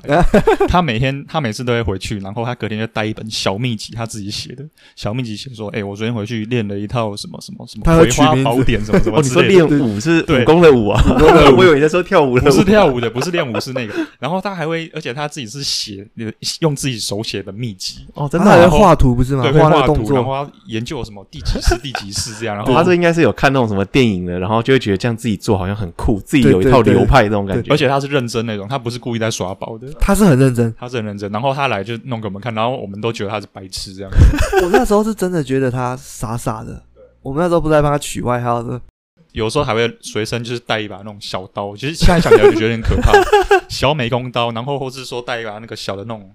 [SPEAKER 3] 他每天他每次都会回去，然后他隔天就带一本小秘籍，他自己写的小秘籍写说，哎，我昨天回去练了一套什么什么什么
[SPEAKER 2] 他会
[SPEAKER 3] 葵
[SPEAKER 2] 取
[SPEAKER 3] 花
[SPEAKER 2] 名字
[SPEAKER 3] 宝典什么什么
[SPEAKER 1] 哦，你
[SPEAKER 3] 之
[SPEAKER 1] 说
[SPEAKER 3] 类的。
[SPEAKER 1] 练舞是
[SPEAKER 3] 对
[SPEAKER 1] 武功的舞啊？我以为你在说跳舞的
[SPEAKER 3] 不是
[SPEAKER 1] 舞。
[SPEAKER 3] 跳舞的，不是练舞，是那个。然后他还会，而且他自己是写，用自己手写的秘籍，
[SPEAKER 1] 哦，真
[SPEAKER 2] 他
[SPEAKER 1] 的
[SPEAKER 2] 还
[SPEAKER 1] 啊
[SPEAKER 2] 在画图不是吗？
[SPEAKER 3] 对，会
[SPEAKER 2] 画那
[SPEAKER 3] 画
[SPEAKER 2] 个动
[SPEAKER 3] 图，
[SPEAKER 2] 作，
[SPEAKER 3] 然后他研究什么第几式、第几式这样。然后
[SPEAKER 1] 哦他这应该是有看那种什么电影的，然后就会觉得这样自己做好像很酷，自己
[SPEAKER 2] 对
[SPEAKER 1] 有一
[SPEAKER 2] 对
[SPEAKER 1] 套
[SPEAKER 2] 对
[SPEAKER 1] 流派这种感觉
[SPEAKER 3] 而。且他是认真那种，他不是故意在耍宝的，
[SPEAKER 2] 他是很认真。
[SPEAKER 3] 他是很认真。然后他来就弄给我们看，然后我们都觉得他是白痴这样。
[SPEAKER 2] 我那时候是真的觉得他傻傻的。我们那时候不是在帮他取外号的，
[SPEAKER 3] 有时候还会随身就是带一把那种小刀，其实现在想起来就觉得有点可怕，小美工刀，然后或是说带一把那个小的那种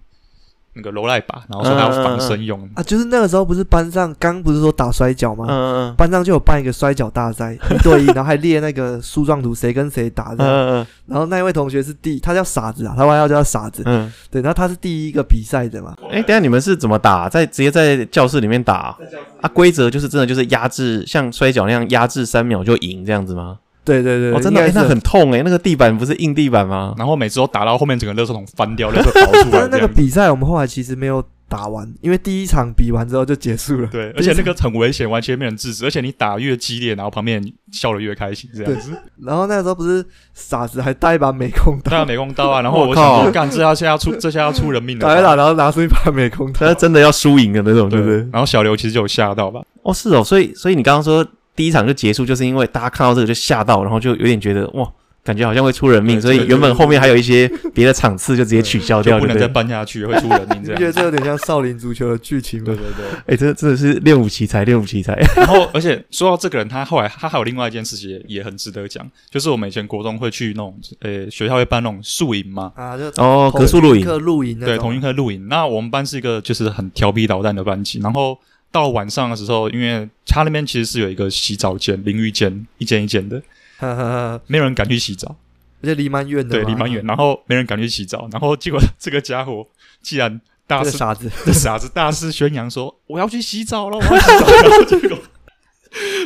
[SPEAKER 3] 那个柔赖把，然后说他要防身用。
[SPEAKER 2] 啊，就是那个时候不是班上刚不是说打摔跤吗？
[SPEAKER 1] 嗯嗯
[SPEAKER 2] 班上就有办一个摔跤大赛，一对一，然后还列那个树状图，谁跟谁打
[SPEAKER 1] 嗯
[SPEAKER 2] 的。
[SPEAKER 1] 嗯
[SPEAKER 2] 然后那一位同学是第，他叫傻子啊，他外号叫傻子。
[SPEAKER 1] 嗯
[SPEAKER 2] 对，然后他是第一个比赛的嘛。
[SPEAKER 1] 嗯。哎，等一下你们是怎么打？在直接在教室里面打啊？啊规则就是真的就是压制，像摔跤那样压制三秒就赢这样子吗？
[SPEAKER 2] 对对对，
[SPEAKER 1] 哦，真的，哎
[SPEAKER 2] 应该
[SPEAKER 1] 那
[SPEAKER 2] 是
[SPEAKER 1] 很痛哎，那个地板不是硬地板吗？
[SPEAKER 3] 然后每次都打到后面，整个垃圾桶翻掉，垃圾跑出
[SPEAKER 2] 但
[SPEAKER 3] 来
[SPEAKER 2] 是那
[SPEAKER 3] 这
[SPEAKER 2] 个
[SPEAKER 3] 样。
[SPEAKER 2] 比赛我们后来其实没有打完，因为第一场比完之后就结束了。
[SPEAKER 3] 对，而且那个很危险，完全没人制止。而且你打越激烈，然后旁边人笑得越开心，这
[SPEAKER 1] 啊
[SPEAKER 3] 样子。
[SPEAKER 2] 然后那个时候不是傻子还带一把美工刀，
[SPEAKER 3] 当然美工刀啊，然后
[SPEAKER 1] 我
[SPEAKER 3] 我
[SPEAKER 1] 靠
[SPEAKER 3] 想说，干这下现在要出，这下要出人命了吧。
[SPEAKER 2] 打一打，然后拿出一把美工刀
[SPEAKER 1] 他。真的要输赢的那种，对不
[SPEAKER 3] 对
[SPEAKER 1] 对？
[SPEAKER 3] 然后小刘其实就有吓到吧，
[SPEAKER 1] 哦，是哦，所以所以你刚刚说第一场就结束，就是因为大家看到这个就吓到，然后就有点觉得哇，感觉好像会出人命，
[SPEAKER 3] 对
[SPEAKER 1] 所以
[SPEAKER 3] 对
[SPEAKER 1] 原本后面还有一些别的场次就直接取消
[SPEAKER 3] 就
[SPEAKER 1] 掉，
[SPEAKER 3] 不
[SPEAKER 1] 对
[SPEAKER 3] 能
[SPEAKER 1] 对
[SPEAKER 3] 再？办下去，会出人命
[SPEAKER 2] 你 (laughs)
[SPEAKER 3] 这
[SPEAKER 2] 不觉得
[SPEAKER 3] 样。
[SPEAKER 2] 这有点像少林足球的剧情吗
[SPEAKER 3] 对？对对。
[SPEAKER 1] 哎，这真的是练武奇才，练武奇才。
[SPEAKER 3] (laughs) 然后，而且说到这个人，他后来他还有另外一件事情也也很值得讲，就是我们以前国中会去那种呃学校会办那种宿营嘛，
[SPEAKER 2] 啊，就
[SPEAKER 1] 哦，格数露营，
[SPEAKER 2] 课露营那
[SPEAKER 3] 对，
[SPEAKER 2] 种 (laughs)
[SPEAKER 3] 同一科露营。那我们班是一个就是很调皮捣蛋的班级，然后到晚上的时候，因为他那边其实是有一个洗澡间、淋浴间，一间一间的，
[SPEAKER 2] 呵呵呵，
[SPEAKER 3] 没有人敢去洗澡，
[SPEAKER 2] 而且离蛮远的
[SPEAKER 3] 对，
[SPEAKER 2] 嘛，
[SPEAKER 3] 离蛮远，然后没人敢去洗澡，然后结果 (laughs) 这个家伙既然大
[SPEAKER 2] 这个
[SPEAKER 3] 肆
[SPEAKER 2] 傻子， (laughs)
[SPEAKER 3] (laughs) 这傻子大肆宣扬说我要去洗澡了，我要洗澡了，然 (laughs) 后结果。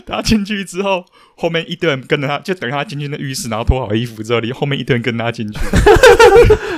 [SPEAKER 3] 他进去之后，后面一堆人跟着他，就等他进去那浴室，然后脱好衣服之后，离后面一堆人跟他进去，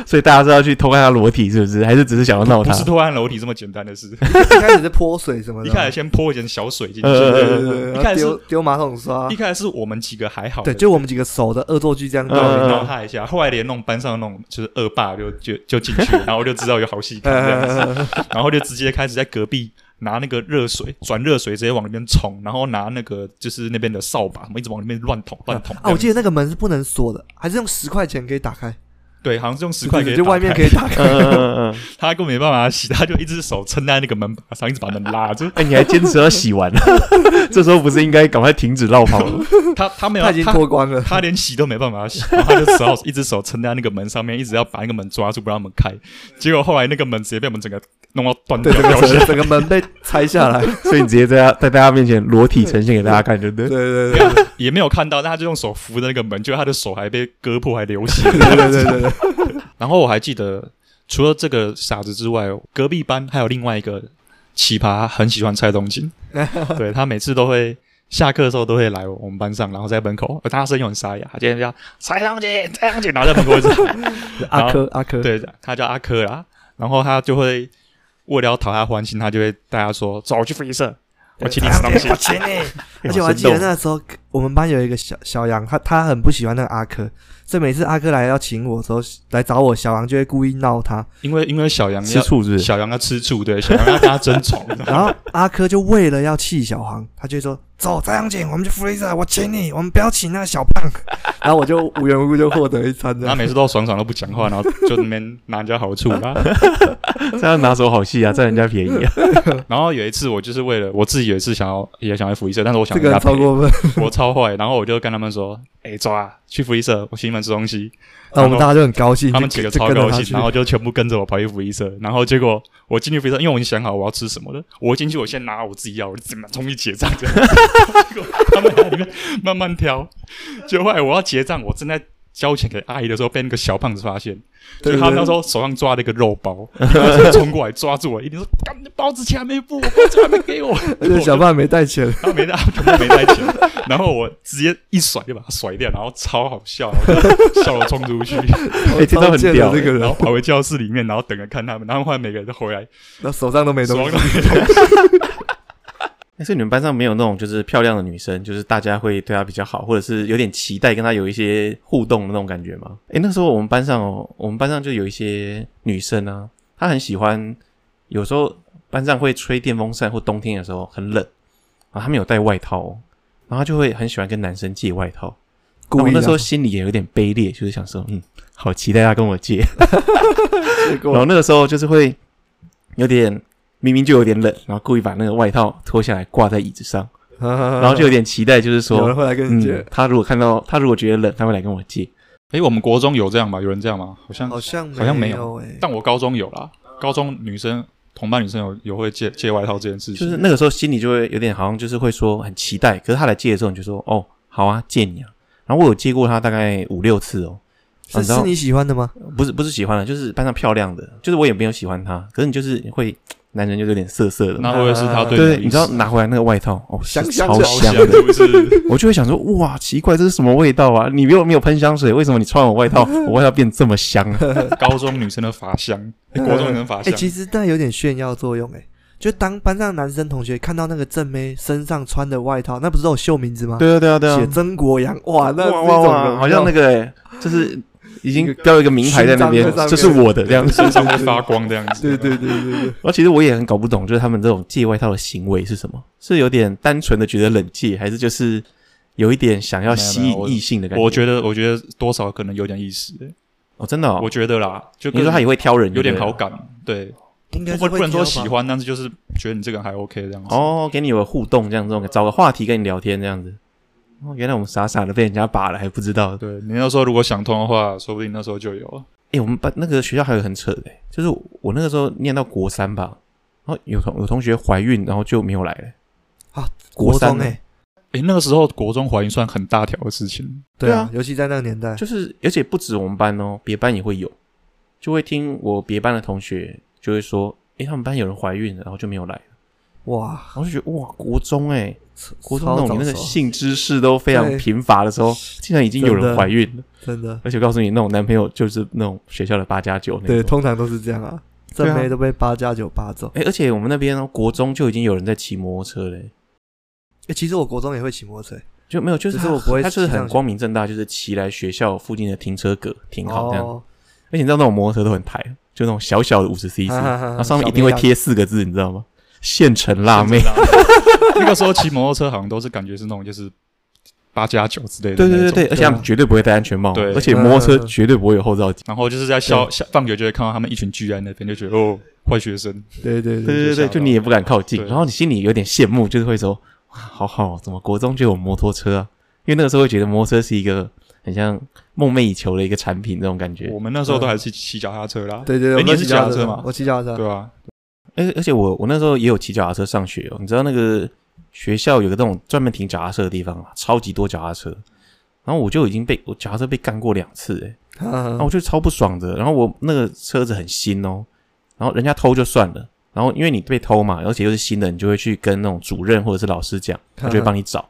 [SPEAKER 1] 所以大家是要去偷看他裸体，是不是？还是只是想要闹
[SPEAKER 3] 不
[SPEAKER 1] 他？
[SPEAKER 3] 是脱完楼梯这么简单的事。
[SPEAKER 2] 一开始是泼水什么
[SPEAKER 3] 一
[SPEAKER 2] 的
[SPEAKER 3] 开
[SPEAKER 2] 嘛，
[SPEAKER 3] 始先泼一点小水进去，
[SPEAKER 1] 呃
[SPEAKER 2] 对对对，
[SPEAKER 3] 一
[SPEAKER 2] 然后
[SPEAKER 3] 开始
[SPEAKER 2] 丢
[SPEAKER 3] 是
[SPEAKER 2] 丢马桶刷
[SPEAKER 3] 一，开始是我们几个还好，
[SPEAKER 2] 对，就我们几个手的恶作剧这样
[SPEAKER 3] 然
[SPEAKER 1] 嗯
[SPEAKER 3] 后
[SPEAKER 1] 嗯
[SPEAKER 2] 搞。
[SPEAKER 3] 闹他一下，后来连那种班上那种就是恶霸就就就进
[SPEAKER 1] (laughs)
[SPEAKER 3] 去，然后就知道有好戏
[SPEAKER 2] 哎
[SPEAKER 1] 呃
[SPEAKER 3] 看这样 (laughs) 子，然后就直接开始在隔壁。拿那个热水转热水，直接往那边冲，然后拿那个就是那边的扫把，什么一直往那边乱捅乱捅。
[SPEAKER 2] 啊，我记
[SPEAKER 3] 得
[SPEAKER 2] 得那个门是不能锁的，还是用十块钱可以打开，
[SPEAKER 3] 对，好像是用十块
[SPEAKER 2] 对
[SPEAKER 3] 给
[SPEAKER 2] 对就外面可
[SPEAKER 3] 以，
[SPEAKER 2] 以打开。
[SPEAKER 1] 嗯嗯嗯嗯。
[SPEAKER 3] 他根本没办法洗，他就一只手撑在那个门把上，一直把门拉着。
[SPEAKER 1] 哎，你还坚持要洗完？ (laughs) 这时候不是应该赶快停止绕跑
[SPEAKER 2] (laughs)
[SPEAKER 1] 了？
[SPEAKER 3] 他 (laughs) 他没有，
[SPEAKER 2] 他已经
[SPEAKER 3] 他
[SPEAKER 2] 脱光
[SPEAKER 3] (laughs)
[SPEAKER 2] 了，
[SPEAKER 3] 他连洗都没办法洗，然后他就只好一只手撑在那个门上面，一直要把那个门抓住，不让我们开。结果后来那个门直接被我们整个弄到断掉
[SPEAKER 2] 对，整
[SPEAKER 3] 掉下
[SPEAKER 2] 个
[SPEAKER 3] 来。
[SPEAKER 2] 整个门被拆下
[SPEAKER 3] (laughs)
[SPEAKER 2] 来。
[SPEAKER 1] 所以你直接在他在大家面前裸体呈现给大家看，对不
[SPEAKER 2] 对
[SPEAKER 1] 对？
[SPEAKER 2] 对对
[SPEAKER 3] 也没有看到，但他就用手扶着那个门，结果他的手还被割破，还流血。
[SPEAKER 2] 对对对对对，
[SPEAKER 3] 然后我还记得，除了这个傻子之外，隔壁班还有另外一个奇葩，很喜欢蔡东
[SPEAKER 1] (laughs)
[SPEAKER 3] 进。 (laughs) 对他每次都会下课的时候都会来我们班上，然后在门口，呃他声音很沙哑，他今天叫蔡东进，蔡东进，然后在门口 (laughs) 一直喊
[SPEAKER 2] 阿珂阿珂，
[SPEAKER 3] 对，他叫阿珂啦，然后他就会为了要讨他欢心，他就会大家说走去福利社，我请你吃东西。
[SPEAKER 2] 我请你。而且我还记得那时候我们班有一个小小杨，他他很不喜欢那个阿珂，所以每次阿珂来要请我的时候，来找我，小杨就会故意闹他，
[SPEAKER 3] (laughs) 因为因为小杨
[SPEAKER 1] 吃
[SPEAKER 3] 要
[SPEAKER 1] 醋是不是？
[SPEAKER 3] 小杨要吃醋，对，小杨要跟他争宠，
[SPEAKER 2] 然后阿珂就为了要气小航，他就会说：“走，张杨姐，我们去 freezer，我请你，我们不要请那个小胖。”然后我就无缘无故就获得一餐这
[SPEAKER 3] 然后
[SPEAKER 2] 样。
[SPEAKER 3] 每次都爽爽都不讲话，然后就那边拿人家
[SPEAKER 1] (laughs)
[SPEAKER 3] 好处啊啦。
[SPEAKER 1] 这样拿手好戏
[SPEAKER 2] (laughs)
[SPEAKER 1] 啊，占人家便宜啊。
[SPEAKER 3] 然后有一次我就是为了我自己有一次想要也想要福利社，但是我想
[SPEAKER 2] 这
[SPEAKER 3] 跟
[SPEAKER 2] 个
[SPEAKER 3] 他
[SPEAKER 2] 人超
[SPEAKER 3] 赔，
[SPEAKER 2] 过分，
[SPEAKER 3] 我超坏，然后我就跟他们说，哎，走啊，去福利社，我请你们吃东西。
[SPEAKER 2] 那我们大家就很高兴，
[SPEAKER 3] 他们
[SPEAKER 2] 就
[SPEAKER 3] 几个
[SPEAKER 2] 就
[SPEAKER 3] 超
[SPEAKER 2] 跟着
[SPEAKER 3] 高
[SPEAKER 2] 他
[SPEAKER 3] 兴，
[SPEAKER 2] 去
[SPEAKER 3] 然后就全部跟着我跑去福利社，然后结果我进去福利社，因为我已经想好我要吃什么了，我一进去我先拿我自己要，我就怎么冲去结账，这样结果他们在里面慢慢挑，结果后来我要结账，我正在交钱给阿姨的时候，被那个小胖子发现，
[SPEAKER 2] 对
[SPEAKER 3] 就是他那时
[SPEAKER 2] 候
[SPEAKER 3] 候手上抓了一个肉包，他冲过来抓住我，一定说：“干，你的包子钱还没付我，包子还没给我。”
[SPEAKER 2] 而且小胖没带钱，
[SPEAKER 3] 他没带，他全部没带钱，然后我直接一甩就把他甩掉，然后超好笑，然后就笑了冲出去，
[SPEAKER 1] (laughs)
[SPEAKER 2] (laughs)
[SPEAKER 1] 哎这招很
[SPEAKER 2] 贱
[SPEAKER 1] 屌
[SPEAKER 2] 的这个
[SPEAKER 3] 然
[SPEAKER 2] 人，
[SPEAKER 3] 后跑回 (laughs) 教室里面，然后等着看他们，然后后来每个人都回来，
[SPEAKER 2] 那手上都没东
[SPEAKER 3] 爽
[SPEAKER 2] 西
[SPEAKER 3] 到。没 (laughs) 东西。
[SPEAKER 1] 但是你们班上没有那种就是漂亮的女生，就是大家会对她比较好，或者是有点期待跟她有一些互动的那种感觉吗？诶、那时候我们班上哦，我们班上就有一些女生啊，她很喜欢，有时候班上会吹电风扇，或冬天的时候很冷，然后她没有带外套、哦，然后她就会很喜欢跟男生借外套。那
[SPEAKER 2] 故
[SPEAKER 1] 我
[SPEAKER 2] 意啊
[SPEAKER 1] 那
[SPEAKER 2] 的
[SPEAKER 1] 时候心里也有点卑劣，就是想说，嗯，好期待她跟我借。
[SPEAKER 2] 结 (laughs)
[SPEAKER 1] 然后
[SPEAKER 2] 果
[SPEAKER 1] 那个时候就是会有点明明就有点冷，然后故意把那个外套脱下来挂在椅子上，
[SPEAKER 2] 然
[SPEAKER 1] 然后就有点期待，就是
[SPEAKER 2] 嗯有
[SPEAKER 1] 说，
[SPEAKER 2] 人会来跟你借
[SPEAKER 1] 嗯，，他如果看到他如果觉得冷，他会来跟我借。
[SPEAKER 3] 哎，我们国中有这样吗？有人这样吗？好像，
[SPEAKER 2] 好像
[SPEAKER 3] 嗯好像没
[SPEAKER 2] 有哎，
[SPEAKER 3] 但我高中有啦，高中女生同班女生有有会借借外套这件事
[SPEAKER 1] 就
[SPEAKER 3] 情，
[SPEAKER 1] 是那个时候心里就会有点好像就是会说很期待，可是他来借的时候，你就说哦，好啊，借你啊。然后我有借过他大概五六次哦，
[SPEAKER 2] 是
[SPEAKER 1] 你知道
[SPEAKER 2] 是你喜欢的吗？
[SPEAKER 1] 不是不是喜欢的，啊就是班上漂亮的，就是我也没有喜欢他，可是你就是会男人就有点涩涩的嘛。
[SPEAKER 3] 那会不会是他
[SPEAKER 1] 啊对，
[SPEAKER 3] 对
[SPEAKER 1] 你知道拿回来那个外套哦，是
[SPEAKER 2] 香香
[SPEAKER 1] 超
[SPEAKER 2] 的
[SPEAKER 3] 包
[SPEAKER 1] 香
[SPEAKER 3] 厢
[SPEAKER 1] 的，
[SPEAKER 3] 是不是？
[SPEAKER 1] 我就会想说，哇，奇怪，这是什么味道啊？你又没有喷香水，为什么你穿我外套，我外套变这么香
[SPEAKER 2] (laughs)
[SPEAKER 1] 啊？
[SPEAKER 3] 高中女生的发香，诶国中女生发
[SPEAKER 2] 哎，
[SPEAKER 3] 香，
[SPEAKER 2] 其实那有点炫耀作用哎。就当班上男生同学看到那个正妹身上穿的外套，那不是都有秀名字吗？
[SPEAKER 1] 对啊，对啊，对啊，
[SPEAKER 2] 写曾国阳，哇，那
[SPEAKER 1] 哇哇哇，好像那
[SPEAKER 2] 个
[SPEAKER 1] 个、欸、就是已经标一个名牌在那边
[SPEAKER 2] 勋章在上，面
[SPEAKER 1] 这是我的这样子。 (laughs)
[SPEAKER 3] 身上会发光这样子。
[SPEAKER 2] 对对对对对，
[SPEAKER 1] 然后其实我也很搞不懂，就是他们这种借外套的行为是什么？是有点单纯的觉得冷借，还是就是有一点想要吸
[SPEAKER 3] 没有没有
[SPEAKER 1] 引
[SPEAKER 3] 我
[SPEAKER 1] 异性的感
[SPEAKER 3] 我
[SPEAKER 1] 觉
[SPEAKER 3] 觉得，我觉得多少可能有点意思、诶
[SPEAKER 1] 哦，真的哦
[SPEAKER 3] 我，觉得啦，就
[SPEAKER 1] 你说他也会挑人，
[SPEAKER 3] 有点
[SPEAKER 1] 对不对啊
[SPEAKER 3] 好。感，对，
[SPEAKER 2] 应该是
[SPEAKER 3] 不
[SPEAKER 2] 会
[SPEAKER 3] 不能说
[SPEAKER 2] 挑吧
[SPEAKER 3] 喜欢，但是就是觉得你这个人还 OK 这样子。
[SPEAKER 1] 哦，给你有个互动，这样这种找个话题跟你聊天这样子。哦，原来我们傻傻的被人家把了，还不知道。
[SPEAKER 3] 对你那时候如果想通的话，说不定那时候就有了。
[SPEAKER 1] 诶、哎我们班那个学校还有很扯的、就是我那个时候念到国三吧，然后有同有同学怀孕，然后就没有来了、
[SPEAKER 2] 啊，
[SPEAKER 1] 国
[SPEAKER 2] 中
[SPEAKER 1] 三
[SPEAKER 2] 哎、
[SPEAKER 1] 呢
[SPEAKER 3] 诶，那个时候国中怀孕算很大条的事情，
[SPEAKER 2] 对
[SPEAKER 1] 对
[SPEAKER 2] 啊
[SPEAKER 1] 啊，
[SPEAKER 2] 尤其在那个年代，
[SPEAKER 1] 就是而且不止我们班哦，别班也会有，就会听我别班的同学就会说，诶、他们班有人怀孕了，然后就没有来了，
[SPEAKER 2] 哇，
[SPEAKER 1] 然后就觉得哇，国中诶、国中那
[SPEAKER 2] 超
[SPEAKER 1] 种
[SPEAKER 2] 早
[SPEAKER 1] 你那个
[SPEAKER 2] 熟
[SPEAKER 1] 性知识都非常
[SPEAKER 2] 对
[SPEAKER 1] 贫乏的时候，竟然已经有
[SPEAKER 2] 真的
[SPEAKER 1] 人怀孕了，
[SPEAKER 2] 真的，
[SPEAKER 1] 而且告诉你那种男朋友就是那种学校的八加九那种
[SPEAKER 2] 对，。通常都是这样啊，
[SPEAKER 1] 对啊
[SPEAKER 2] 正妹都被八加九八走。
[SPEAKER 1] 哎、而且我们那边哦，国中就已经有人在骑摩托车欸嘞、
[SPEAKER 2] 哎、其实我国中也会骑摩托车欸，
[SPEAKER 1] 就没有，就是
[SPEAKER 2] 只是
[SPEAKER 1] 他
[SPEAKER 2] 我不会
[SPEAKER 1] 他就是
[SPEAKER 2] 骑上
[SPEAKER 1] 很
[SPEAKER 2] 去
[SPEAKER 1] 光明正大，就是骑来学校附近的停车格停好这样。
[SPEAKER 2] 哦，
[SPEAKER 1] 而且你知道那种摩托车都很抬，就那种小小的五十 CC，
[SPEAKER 2] 哈哈哈
[SPEAKER 1] 然后上面一定会贴四个字，你知道吗？县城辣妹
[SPEAKER 3] 真。的啊。那个时候骑摩托车好像都是感觉是那种就是八加九之类的
[SPEAKER 1] 对
[SPEAKER 3] 那
[SPEAKER 1] 对
[SPEAKER 3] 种。
[SPEAKER 1] 对对，而且他们绝对不会戴安全帽，
[SPEAKER 3] 对
[SPEAKER 1] 而且摩托
[SPEAKER 2] 嗯
[SPEAKER 1] 车绝对不会有后照镜。
[SPEAKER 3] 然后就是在校校放学就会看到他们一群聚在那边，就觉得哦，坏学生。
[SPEAKER 2] 对对
[SPEAKER 1] 对
[SPEAKER 2] 对，
[SPEAKER 1] 对对，
[SPEAKER 3] 就吓到
[SPEAKER 1] 就你也不敢靠近，
[SPEAKER 3] 对
[SPEAKER 1] 然后你心里有点羡慕，就是会说哇，好好，怎么国中就有摩托车啊？因为那个时候会觉得摩托车是一个很像梦寐以求的一个产品，这种感觉
[SPEAKER 3] 我。们那时候都
[SPEAKER 1] 啊
[SPEAKER 3] 还是骑骑脚踏车啦。
[SPEAKER 2] 对对
[SPEAKER 3] 诶
[SPEAKER 1] 哎
[SPEAKER 2] 对，
[SPEAKER 3] 你
[SPEAKER 2] 我
[SPEAKER 3] 也
[SPEAKER 2] 骑
[SPEAKER 3] 是
[SPEAKER 2] 脚踏
[SPEAKER 3] 脚踏车
[SPEAKER 2] 嘛
[SPEAKER 3] 嘛，
[SPEAKER 2] 我骑脚踏车，
[SPEAKER 3] 对啊，
[SPEAKER 1] 而而且我我那时候也有骑脚踏车上学哦，你知道那个学校有个那种专门停脚踏车的地方啊，超级多脚踏车。然后我就已经被我脚踏车被干过两次诶、
[SPEAKER 2] 哈
[SPEAKER 1] 然后
[SPEAKER 2] 哈
[SPEAKER 1] 我就超不爽的。然后我那个车子很新哦，然后人家偷就算了，然后因为你被偷嘛，而且又是新的，你就会去跟那种主任或者是老师讲，他
[SPEAKER 2] 嗯
[SPEAKER 1] 就会帮你找。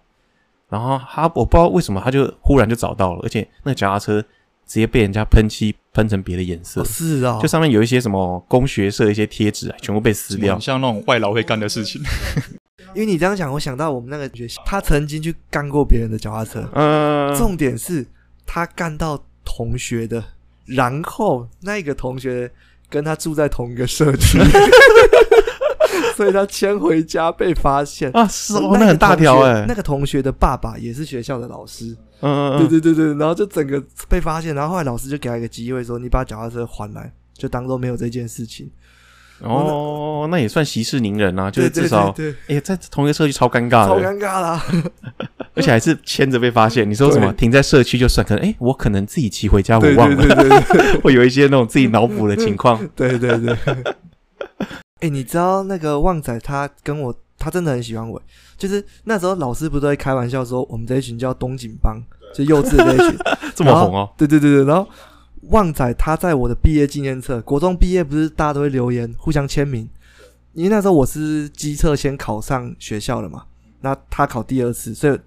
[SPEAKER 1] 然后他我不知道为什么他就忽然就找到了，而且那个脚踏车直接被人家喷漆喷成别的颜色
[SPEAKER 2] 哦，是啊、
[SPEAKER 1] 就上面有一些什么工学社的一些贴纸啊，全部被撕掉
[SPEAKER 3] 很。像那种外劳会干的事情。
[SPEAKER 2] 因为你这样讲，我想到我们那个学校，他曾经去干过别人的脚踏车，
[SPEAKER 1] 嗯，
[SPEAKER 2] 重点是他干到同学的，然后那个同学跟他住在同一个社区，
[SPEAKER 1] (laughs)
[SPEAKER 2] 所以他牵回家被发现。
[SPEAKER 1] 啊，是
[SPEAKER 2] 那
[SPEAKER 1] 哦
[SPEAKER 2] 个，
[SPEAKER 1] 那很大条
[SPEAKER 2] 同学
[SPEAKER 1] 哎、
[SPEAKER 2] 那个同学的爸爸也是学校的老师，
[SPEAKER 1] 嗯嗯
[SPEAKER 2] 对
[SPEAKER 1] 嗯，
[SPEAKER 2] 对对对，然后就整个被发现，然后后来老师就给他一个机会说：“你把脚踏车还来，就当做没有这件事情。
[SPEAKER 1] 哦，那也算息事宁人啊，”就
[SPEAKER 2] 对
[SPEAKER 1] 是
[SPEAKER 2] 对
[SPEAKER 1] 至少，
[SPEAKER 2] 对对，
[SPEAKER 1] 哎、在同一个社区超尴尬
[SPEAKER 2] 超
[SPEAKER 1] 的，
[SPEAKER 2] 尴尬啦。
[SPEAKER 1] 而且还是牵着被发现。你说什么
[SPEAKER 2] 对
[SPEAKER 1] 停在社区就算，可能哎、我可能自己骑回家，我
[SPEAKER 2] 对
[SPEAKER 1] 忘
[SPEAKER 2] 对
[SPEAKER 1] 了，
[SPEAKER 2] 对对对
[SPEAKER 1] (laughs) 会有一些那种自己脑补的情况。
[SPEAKER 2] 对对对。 (laughs) 哎、你知道那个旺仔他跟我，他真的很喜欢我。就是那时候老师不都会开玩笑说，我们这一群叫东景帮，就幼稚的那一群，
[SPEAKER 1] 这么红哦，
[SPEAKER 2] 对对对对，然后旺仔他在我的毕业纪念册，国中毕业不是大家都会留言互相签名，因为那时候我是机测先考上学校了嘛，那他考第二次，所以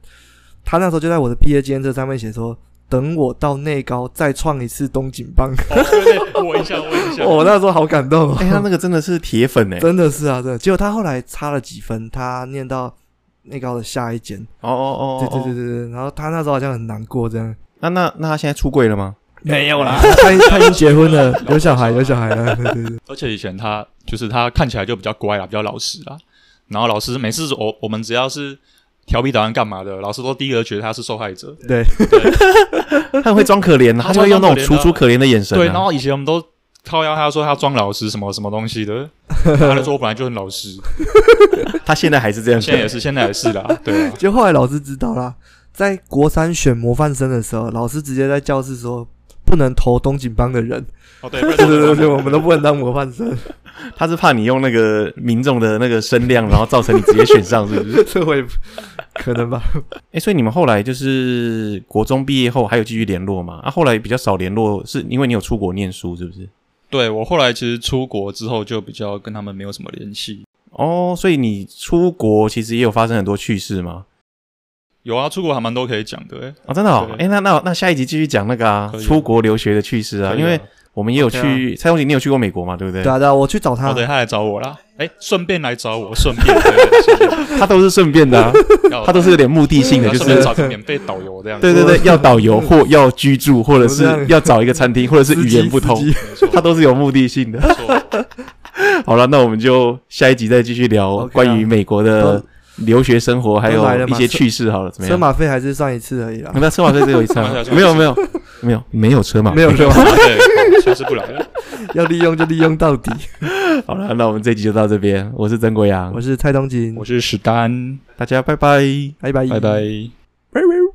[SPEAKER 2] 他那时候就在我的毕业纪念册上面写说。等我到内高再创一次东锦 (laughs) 帮，
[SPEAKER 3] 对对对，我一下，我一下，
[SPEAKER 2] 我、那时候好感动哦！
[SPEAKER 1] 哎、他那个真的是铁粉哎、
[SPEAKER 2] 真的是啊，真的。结果他后来差了几分，他念到内高的下一间，
[SPEAKER 1] 哦哦
[SPEAKER 2] 对
[SPEAKER 1] 哦，
[SPEAKER 2] 对对
[SPEAKER 1] 对，
[SPEAKER 2] 对对。然后他那时候好像很难过，这样
[SPEAKER 1] 那那那他现在出柜了吗？
[SPEAKER 2] 没有啦，他他已经结婚了，有小孩，有小孩了，对对对。
[SPEAKER 3] 而且以前他就是他看起来就比较乖啦，比较老实啦。然后老师每次我我们只要是调皮捣蛋干嘛的，老师都第一个觉得他是受害者。
[SPEAKER 2] 对，
[SPEAKER 1] 他很会装可怜啊，他就会用那种楚楚可怜的眼神、啊。
[SPEAKER 3] 对，然后以前我们都靠邀他说他装老实什么什么东西
[SPEAKER 1] (laughs)
[SPEAKER 3] 的，他就说我本来就很老实，
[SPEAKER 1] 他现在还是这样
[SPEAKER 3] 现在也
[SPEAKER 1] 子。 (laughs)
[SPEAKER 3] 是，现在也是啦，对啊。
[SPEAKER 2] 就后来老师知道啦，在国三选模范生的时候，老师直接在教室说。不能投东锦帮的人，
[SPEAKER 3] 哦，对，不然
[SPEAKER 2] (laughs) 对对对对，我们都不能当模范生， (laughs)
[SPEAKER 1] 他是怕你用那个民众的那个声量，然后造成你直接选上，是不是？
[SPEAKER 2] 这会可能吧？
[SPEAKER 1] 哎、所以你们后来就是国中毕业后还有继续联络吗？啊，后来比较少联络，是因为你有出国念书，是不是？
[SPEAKER 3] 对我后来其实出国之后就比较跟他们没有什么联系。
[SPEAKER 1] 哦，所以你出国其实也有发生很多趣事吗？
[SPEAKER 3] 有啊，出国还蛮多可以讲的、欸，
[SPEAKER 1] 啊、真的哦。
[SPEAKER 3] 对
[SPEAKER 1] 哎、那那那下一集继续讲那个啊
[SPEAKER 3] 可，以啊
[SPEAKER 1] 出国留学的趣事啊，
[SPEAKER 3] 可以
[SPEAKER 1] 因为我们也有
[SPEAKER 3] 啊
[SPEAKER 1] 去
[SPEAKER 2] OK
[SPEAKER 1] 蔡东锦，你有去过美国嘛？对不对？
[SPEAKER 2] 对啊对啊，我去找他
[SPEAKER 3] 哦，，对，他来找我啦，哎、顺便来
[SPEAKER 1] (laughs)
[SPEAKER 3] 找我，顺便，对对顺便
[SPEAKER 1] 他都是顺便的、啊，(laughs)
[SPEAKER 3] 要
[SPEAKER 1] 他都是有点目的性的，
[SPEAKER 3] 哦要
[SPEAKER 1] 就
[SPEAKER 3] 顺便
[SPEAKER 1] 是
[SPEAKER 3] 找个免费导游这样
[SPEAKER 1] (laughs)
[SPEAKER 3] 子，
[SPEAKER 1] 对对
[SPEAKER 3] (laughs)
[SPEAKER 1] 对，要导游或要居住，或者
[SPEAKER 2] 我这
[SPEAKER 1] 是
[SPEAKER 2] 样
[SPEAKER 1] 要找一个餐厅，或者是
[SPEAKER 2] 司
[SPEAKER 1] 语
[SPEAKER 2] 机
[SPEAKER 1] 言不通
[SPEAKER 2] 司，机
[SPEAKER 3] 没错，
[SPEAKER 1] 他都是有目的性的。
[SPEAKER 3] 没错，
[SPEAKER 1] 好了，那我们就下一集再继续聊
[SPEAKER 2] OK 啊
[SPEAKER 1] 关于美国的留学生活，还
[SPEAKER 2] 都来
[SPEAKER 1] 有
[SPEAKER 2] 了
[SPEAKER 1] 一
[SPEAKER 2] 嘛
[SPEAKER 1] 些
[SPEAKER 2] 车
[SPEAKER 1] 趣事。好了，怎么
[SPEAKER 2] 车
[SPEAKER 1] 样？
[SPEAKER 2] 马费还是算一次而已啦，
[SPEAKER 1] 那车马费只有一次啊
[SPEAKER 3] 车马，费
[SPEAKER 1] 没有没有没有没有车马费
[SPEAKER 2] 没有车马费，
[SPEAKER 3] 对，好下次不来了。
[SPEAKER 2] 要利用就利用到底。
[SPEAKER 1] 好了，那我们这集就到这边。我是曾国阳
[SPEAKER 2] 我，是蔡东锦
[SPEAKER 3] 我，是史丹，
[SPEAKER 1] 大家拜拜。
[SPEAKER 2] 拜拜拜
[SPEAKER 3] 拜拜。
[SPEAKER 2] 拜。